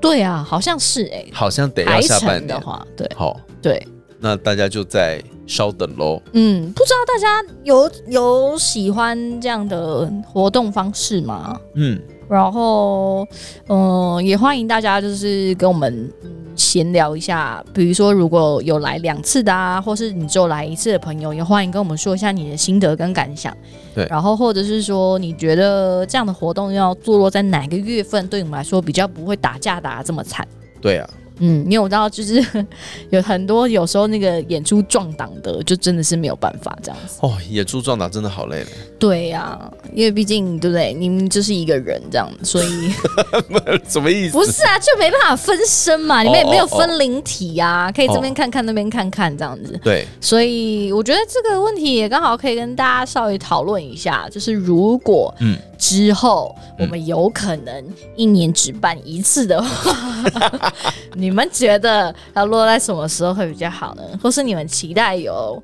Speaker 2: 对啊，好像是哎、
Speaker 1: 好像得要
Speaker 2: 排
Speaker 1: 下半
Speaker 2: 程的
Speaker 1: 年。
Speaker 2: 话，对
Speaker 1: 好，
Speaker 2: 对，
Speaker 1: 那大家就再稍等喽。
Speaker 2: 嗯，不知道大家有有喜欢这样的活动方式吗？
Speaker 1: 嗯，
Speaker 2: 然后，嗯、也欢迎大家就是跟我们嗯闲聊一下，比如说如果有来两次的啊，或是你只有来一次的朋友，也欢迎跟我们说一下你的心得跟感想。
Speaker 1: 对
Speaker 2: 然后或者是说你觉得这样的活动要坐落在哪个月份，对你们来说比较不会打架打得这么惨？
Speaker 1: 对啊，
Speaker 2: 嗯，因为我知道就是有很多有时候那个演出撞档的，就真的是没有办法这样子。
Speaker 1: 哦，演出撞打真的好累了。
Speaker 2: 对呀、因为毕竟对不对，你们就是一个人这样，所以。
Speaker 1: 什么 意思？
Speaker 2: 不是啊，就没办法分身嘛，你们也没有分灵体呀、啊，可以这边看看那边看看这样子。
Speaker 1: 对，
Speaker 2: 所以我觉得这个问题也刚好可以跟大家稍微讨论一下，就是如果
Speaker 1: 嗯，
Speaker 2: 之后我们有可能一年只办一次的话，你们觉得要落在什么时候会比较好呢？或是你们期待有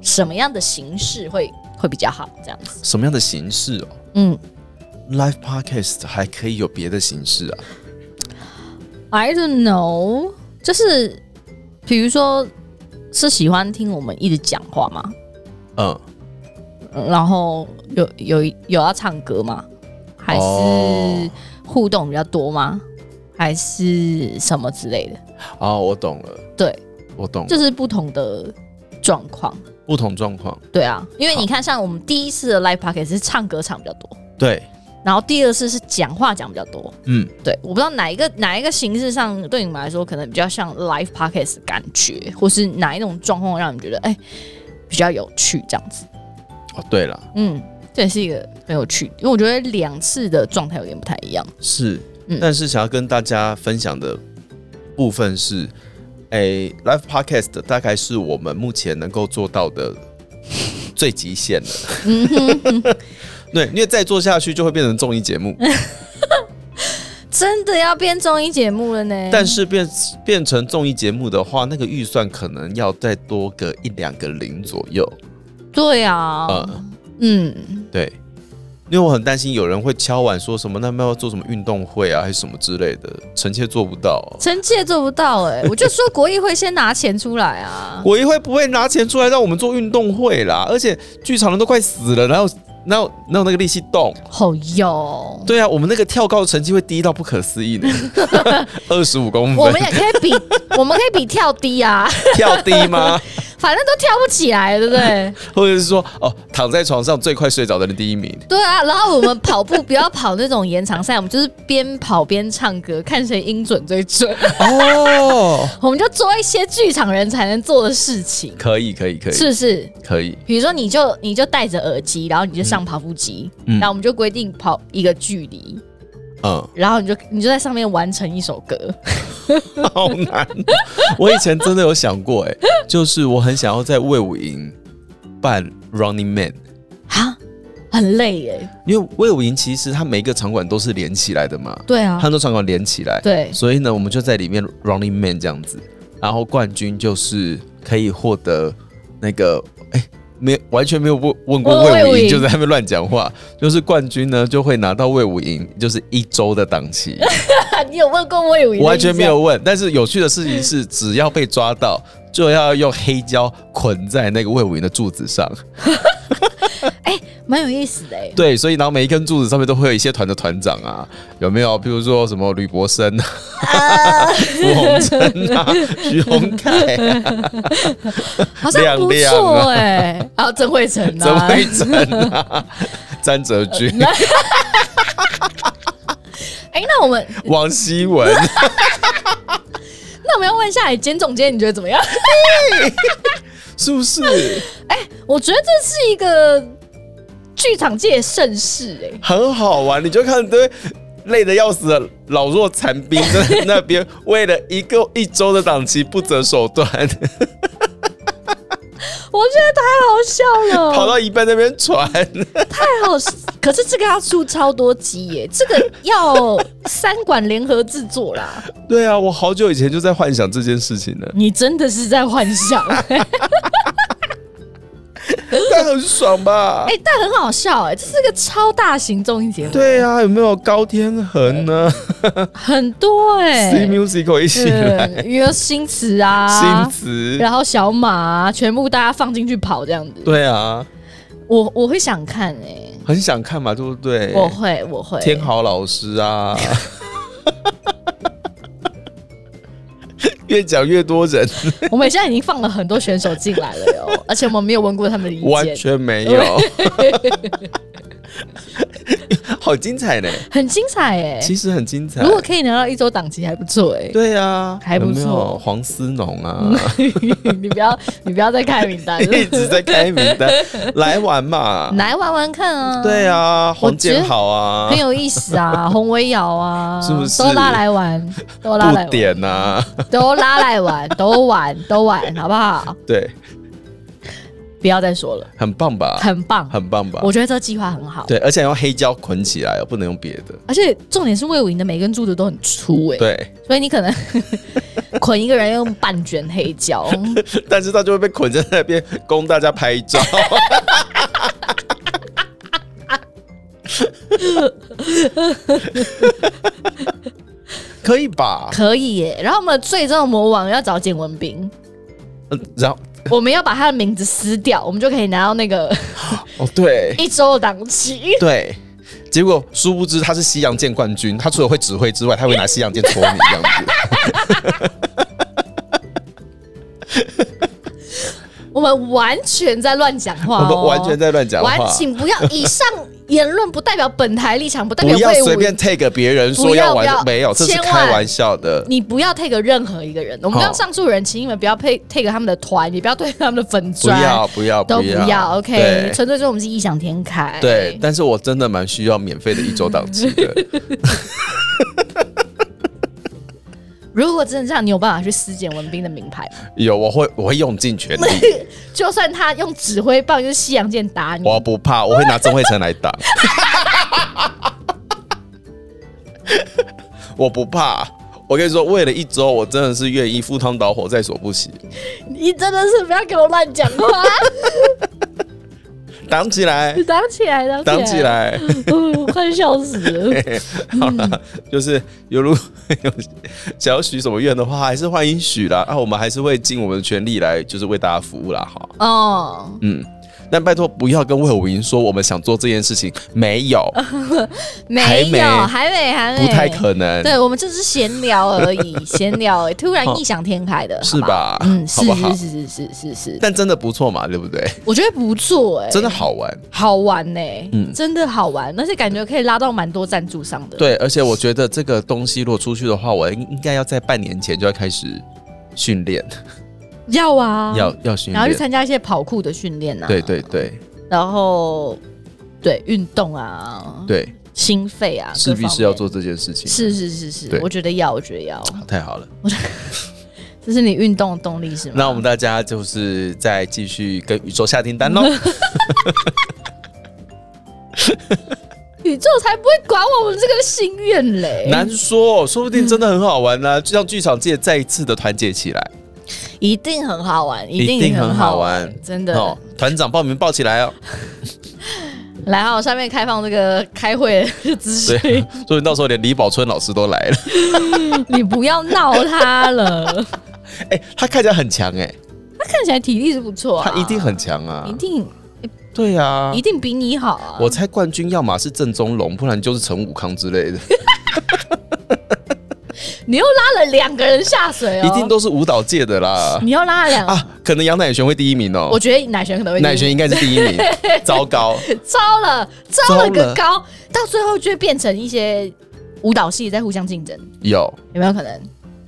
Speaker 2: 什么样的形式会会比较好？这样子，
Speaker 1: 什么样的形式哦
Speaker 2: 嗯，
Speaker 1: ？Live podcast 还可以有别的形式啊？
Speaker 2: I don't know，就是比如说是喜欢听我们一直讲话吗？
Speaker 1: 嗯，
Speaker 2: 嗯然后有有有要唱歌吗？还
Speaker 1: 哦
Speaker 2: 是互动比较多吗？还是什么之类的？
Speaker 1: 哦，我懂了，
Speaker 2: 对，
Speaker 1: 我懂了，
Speaker 2: 就是不同的状况。
Speaker 1: 不同状况。
Speaker 2: 对啊，因为
Speaker 1: 好
Speaker 2: 你看，像我们第一次的 live p o c k e t 是唱歌唱比较多，
Speaker 1: 对，
Speaker 2: 然后第二次是讲话讲比较多。
Speaker 1: 嗯，
Speaker 2: 对，我不知道哪一个哪一个形式上对你们来说可能比较像 live podcast 的感觉，或是哪一种状况让你们觉得哎、比较有趣这样子。
Speaker 1: 哦，对了，
Speaker 2: 嗯，这也是一个很有趣，因为我觉得两次的状态有点不太一样。
Speaker 1: 是，
Speaker 2: 嗯
Speaker 1: 但是想要跟大家分享的部分是，哎、l i v e podcast 大概是我们目前能够做到的最极限了。
Speaker 2: 嗯
Speaker 1: 对，因为再做下去就会变成综艺节目，
Speaker 2: 真的要变综艺节目了呢？
Speaker 1: 但是变变成综艺节目的话，那个预算可能要再多个一两个零左右。
Speaker 2: 对啊，
Speaker 1: 嗯
Speaker 2: 嗯，
Speaker 1: 对，因为我很担心有人会敲碗说什么，那么要做什么运动会啊，还是什么之类的，臣妾做不到、
Speaker 2: 臣妾做不到哎、我就说国议会先拿钱出来啊。
Speaker 1: 国一会不会拿钱出来让我们做运动会啦？而且剧场人都快死了，然后哪有哪有那个力气动？
Speaker 2: 好哟，
Speaker 1: 对啊，我们那个跳高的成绩会低到不可思 议呢，二十五公
Speaker 2: 我
Speaker 1: 分
Speaker 2: 们，也可以比，我们可以比跳低啊，
Speaker 1: 跳低吗？
Speaker 2: 反正都跳不起来，对不对？
Speaker 1: 或者是说，哦，躺在床上最快睡着的人第一名？
Speaker 2: 对啊，然后我们跑步不要跑那种延长赛，我们就是边跑边唱歌，看谁音准最 准。
Speaker 1: 哦，
Speaker 2: 我们就做一些剧场人才能做的事情，
Speaker 1: 可以，可以，可以，
Speaker 2: 是不是？
Speaker 1: 可以，
Speaker 2: 比如说，你就你就戴着耳机，然后你就上跑步机，
Speaker 1: 嗯
Speaker 2: 然后我们就规定跑一个距离，
Speaker 1: 嗯，
Speaker 2: 然后你就你就在上面完成一首歌。
Speaker 1: 好难。我以前真的有想过、哎，就是我很想要在魏武营办 Running Man。
Speaker 2: 哈，很累耶。
Speaker 1: 因为魏武营其实它每一个场馆都是连起来的嘛，
Speaker 2: 对啊
Speaker 1: 它，很多场馆连起来，
Speaker 2: 对，
Speaker 1: 所以呢，我们就在里面 Running Man 这样子，然后冠军就是可以获得那个，哎、没有完全没有问问过
Speaker 2: 问
Speaker 1: 魏武
Speaker 2: 魏武
Speaker 1: 营，
Speaker 2: 营
Speaker 1: 就在那边乱讲话，就是冠军呢就会拿到魏武营，就是一周的档期，
Speaker 2: 你有问过我有
Speaker 1: 我完全没有问。但是有趣的事情是，只要被抓到，就要用黑胶捆在那个魏武营的柱子上，
Speaker 2: 蛮有意思的耶。
Speaker 1: 对，所以然后每一根柱子上面都会有一些团的团长啊，有没有？比如说什么吕伯生啊、 傅鸿琛啊、徐宏凯啊、
Speaker 2: 好像
Speaker 1: 亮
Speaker 2: 不
Speaker 1: 亮
Speaker 2: 错哎。 然后郑慧成
Speaker 1: 曾
Speaker 2: 啊，
Speaker 1: 啊慧珍啊、詹哲君、
Speaker 2: 哎，那我们
Speaker 1: 王希文，
Speaker 2: 那我们要问一下，哎简总监你觉得怎么样？
Speaker 1: 是不是
Speaker 2: 哎我觉得这是一个剧场界的盛事哎。
Speaker 1: 很好玩？你就看对。累得要死的老弱残兵在那边为了一个一周的档期不择手段，
Speaker 2: 我觉得太好笑 了，
Speaker 1: 跑到一半那边传，
Speaker 2: 太好。可是这个要出超多集耶，这个要三管联合制作啦。
Speaker 1: 对啊，我好久以前就在幻想这件事情 了，
Speaker 2: 你真的是在幻 想，哎、
Speaker 1: 但很爽吧？
Speaker 2: 但很好笑哎，这是个超大型综艺节目，
Speaker 1: 对啊，有没有高天恒呢
Speaker 2: 很多 哎、
Speaker 1: ？C musical 一起来，
Speaker 2: 对，约新词啊
Speaker 1: 新，词，
Speaker 2: 然后小马、啊，全部大家放进去跑这样子。
Speaker 1: 对啊，
Speaker 2: 我我会想看哎、
Speaker 1: 很想看嘛，对不对？
Speaker 2: 我会我会。
Speaker 1: 天豪老师啊， 越讲越多人，
Speaker 2: 我们现在已经放了很多选手进来了 哟，而且我们没有问过他们的意
Speaker 1: 完
Speaker 2: 见，
Speaker 1: 全没 有，好精彩呢，
Speaker 2: 很精彩哎、
Speaker 1: 其实很精彩
Speaker 2: 如。果可以拿到一周档期，还不错哎、
Speaker 1: 对啊，
Speaker 2: 还不
Speaker 1: 有没有
Speaker 2: 错嗯
Speaker 1: 黄思农啊，
Speaker 2: 你不要，你不要再开名 单
Speaker 1: 一
Speaker 2: 了，
Speaker 1: 直在开名单， 来玩嘛。
Speaker 2: 来玩玩看啊！
Speaker 1: 对
Speaker 2: 啊，
Speaker 1: 啊，
Speaker 2: 我
Speaker 1: 黄
Speaker 2: 觉得
Speaker 1: 建好啊
Speaker 2: 很，有意思 啊，洪维瑶啊，
Speaker 1: 是不是
Speaker 2: 都拉来玩，都拉来
Speaker 1: 不
Speaker 2: 玩，
Speaker 1: 点呐，
Speaker 2: 都拉来玩， 都玩，都玩，好不好？
Speaker 1: 对，
Speaker 2: 不要再说了，
Speaker 1: 很棒吧，
Speaker 2: 很棒，
Speaker 1: 很棒吧
Speaker 2: 我。觉得这计划很好。
Speaker 1: 对，而且要用黑胶捆起来哦，不能用别的。
Speaker 2: 而且重点是魏武营的每根柱子都很粗哎、
Speaker 1: 对，
Speaker 2: 所以你可能 捆一个人用半卷黑胶，
Speaker 1: 但是他就会被捆在那边供大家拍 照。可以吧？
Speaker 2: 可以耶、然后我们最终的魔王要找简文 斌，
Speaker 1: 嗯，然后
Speaker 2: 我们要把他的名字撕掉，我们就可以拿到 那个
Speaker 1: 哦，对
Speaker 2: 一周的档期。
Speaker 1: 对，结果殊不知他是西洋剑冠军，他除了会指挥之外，他会拿西洋剑戳你这样子。
Speaker 2: 我们完全在乱讲话、
Speaker 1: 我
Speaker 2: 哦，
Speaker 1: 们完全在乱讲话
Speaker 2: 完，请不要，以上言论不代表本台立场，不代
Speaker 1: 不
Speaker 2: 表
Speaker 1: 要
Speaker 2: 魏
Speaker 1: 随便
Speaker 2: 武。
Speaker 1: take 别人
Speaker 2: 不
Speaker 1: 说
Speaker 2: 要
Speaker 1: 要
Speaker 2: 不要
Speaker 1: 玩，没有，这是
Speaker 2: 千万
Speaker 1: 开玩笑的。
Speaker 2: 你不要 take 任何一个人，我们
Speaker 1: 好
Speaker 2: 刚上述人，请你们不要 take take 他们的团，也不要对他们的粉
Speaker 1: 不
Speaker 2: 砖，
Speaker 1: 要不要
Speaker 2: 都不
Speaker 1: 要
Speaker 2: 要。OK，
Speaker 1: 对
Speaker 2: 纯粹说我们是异想天开。
Speaker 1: 对，，但是我真的蛮需要免费的一周档期 的。
Speaker 2: 如果真的这样，你有办法去撕简文斌的名牌吗？
Speaker 1: 有，我会我会用尽全力，
Speaker 2: 就算他用指挥棒就是西洋剑打你，
Speaker 1: 我不怕，我会拿曾慧成来挡。 我不怕，我跟你说，为了一周，我真的是愿意赴汤蹈火，在所不惜。
Speaker 2: 你真的是不要给我乱讲 话，
Speaker 1: 挡起 来，
Speaker 2: 挡起来，挡
Speaker 1: 挡 起，来。
Speaker 2: 嗯我快笑死了。
Speaker 1: 好了，就是有如 有想要许什么愿的话，还是欢迎许啦。啊，我们还是会尽我们的全力来，就是为大家服务啦。哈，
Speaker 2: 哦，
Speaker 1: 嗯。但拜托不要跟魏武营说我们想做这件事情，没 有，
Speaker 2: 没有，还
Speaker 1: 还
Speaker 2: 没，还没，
Speaker 1: 不太可能。
Speaker 2: 对，我们这只是闲聊 而已，闲聊而已，突然异想天开的，
Speaker 1: 哦是
Speaker 2: 好不好？
Speaker 1: 吧？啊
Speaker 2: 嗯，是
Speaker 1: 好不好？
Speaker 2: 是是是是是是，
Speaker 1: 但真的不错嘛，对不对？
Speaker 2: 我觉得不错哎，
Speaker 1: 真的好玩，
Speaker 2: 好玩呢，
Speaker 1: 嗯
Speaker 2: 真的好玩，而且感觉可以拉到蛮多赞助商的。，
Speaker 1: 对，而且我觉得这个东西如果出去的话，我应应该要在半年前就要开始训练，
Speaker 2: 要啊，
Speaker 1: 要要训
Speaker 2: 然后去
Speaker 1: 练。
Speaker 2: 参加一些跑酷的训练啊，
Speaker 1: 对，对对
Speaker 2: 然后对运动啊，
Speaker 1: 对，
Speaker 2: 心肺啊，
Speaker 1: 势必
Speaker 2: 各方
Speaker 1: 是要
Speaker 2: 面
Speaker 1: 做这件事情。
Speaker 2: 是是是是，
Speaker 1: 对
Speaker 2: 我觉得要，我觉得要，
Speaker 1: 太好了，
Speaker 2: 这是你运动的动力是吗？
Speaker 1: 那我们大家就是再继续跟宇宙下订 单喽。哦
Speaker 2: 宇宙才不会管我们这个心愿嘞，
Speaker 1: 难说，说不定真的很好玩呢、就让剧场界再一次的团结起来，
Speaker 2: 一定很好玩，
Speaker 1: 一定
Speaker 2: 很
Speaker 1: 很好
Speaker 2: 玩，
Speaker 1: 玩哦
Speaker 2: 真的。！
Speaker 1: 团长报名报起 来哦，
Speaker 2: 来好，下面开放这个开会的资
Speaker 1: 对
Speaker 2: 讯，，
Speaker 1: 说不定到时候连李宝春老师都来 了。
Speaker 2: 你不要闹 他了。
Speaker 1: 哎、他看起来很强哎、
Speaker 2: 他看起来体力是不错、啊，
Speaker 1: 他一定很强啊，
Speaker 2: 一定
Speaker 1: 对啊
Speaker 2: 一，定比你好啊。
Speaker 1: 我猜冠军要么是郑中龙，不然就是陈武康之类 的，
Speaker 2: 你又拉了两个人下水哦，
Speaker 1: 一定都是舞蹈界的啦。
Speaker 2: 你又拉了两个。
Speaker 1: 啊，可能杨乃璇会第一名哦
Speaker 2: 我，觉得乃璇可能会
Speaker 1: 乃璇应该是第一 名，糟糕，
Speaker 2: 糟了，糟了
Speaker 1: 糟
Speaker 2: 个
Speaker 1: 了
Speaker 2: 高，到最后就会变成一些舞蹈系在互相竞争，
Speaker 1: 有，
Speaker 2: 有没有可能？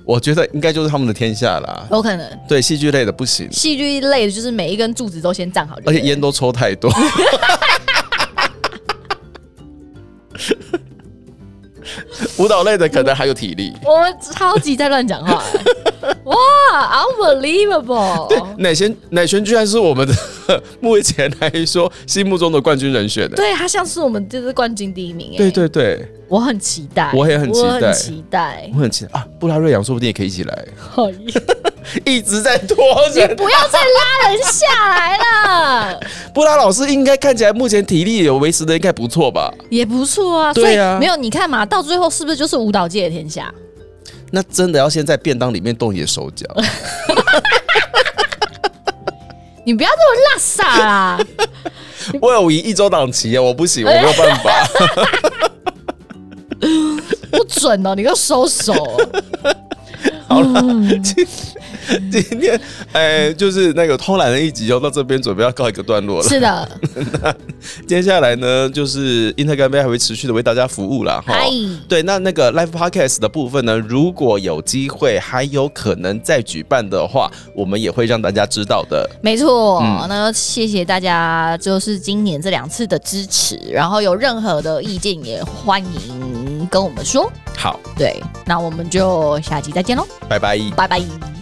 Speaker 1: 我觉得应该就是他们的天下啦。
Speaker 2: 有可能。
Speaker 1: 对，戏剧类的不行，
Speaker 2: 戏剧类的就是每一根柱子都先站好就
Speaker 1: 而
Speaker 2: 对了，
Speaker 1: 且烟都抽太多。 辅导类的可能还有体力。
Speaker 2: 我们超级在乱 讲话、欸哇，unbelievable！
Speaker 1: 奶贤奶璇居然是我们的 目前来说心目中的冠军人选呢、
Speaker 2: 对他像是我们这次冠军第一名、欸，
Speaker 1: 对，对对，
Speaker 2: 我很期待，
Speaker 1: 我也很期待
Speaker 2: 我很期待
Speaker 1: 我，很期待啊！布拉瑞扬说不定也可以一起 来，
Speaker 2: 好耶
Speaker 1: 一直在拖
Speaker 2: 你
Speaker 1: 人。
Speaker 2: 不要再拉人下来了，
Speaker 1: 布拉老师应该看起来目前体力有维持的应该不错吧？
Speaker 2: 也不错啊。所以
Speaker 1: 对啊
Speaker 2: 没有你看嘛，到最后是不是就是舞蹈界的天下？
Speaker 1: 那真的要先在便当里面动你的手脚，
Speaker 2: 你不要这么拉啊撒 啦！
Speaker 1: 我有一一周档期啊，我不行，我没有办法。
Speaker 2: 不准哦，你给我收手哦、
Speaker 1: 好了，
Speaker 2: 嗯
Speaker 1: 今今天哎、就是那个偷懒的一集就到这边准备要告一个段落了。
Speaker 2: 是的，
Speaker 1: 接下来呢，就是英特干杯还会持续的为大家服务啦。哈
Speaker 2: 嗨，
Speaker 1: 对，那那个 live podcast 的部分呢，如果有机会还有可能再举办的话，我们也会让大家知道的。
Speaker 2: 没错。那谢谢大家，就是今年这两次的支持，然后有任何的意见也欢迎跟我们说。
Speaker 1: 好，
Speaker 2: 对，那我们就下集再见喽，
Speaker 1: 拜拜。
Speaker 2: 拜拜。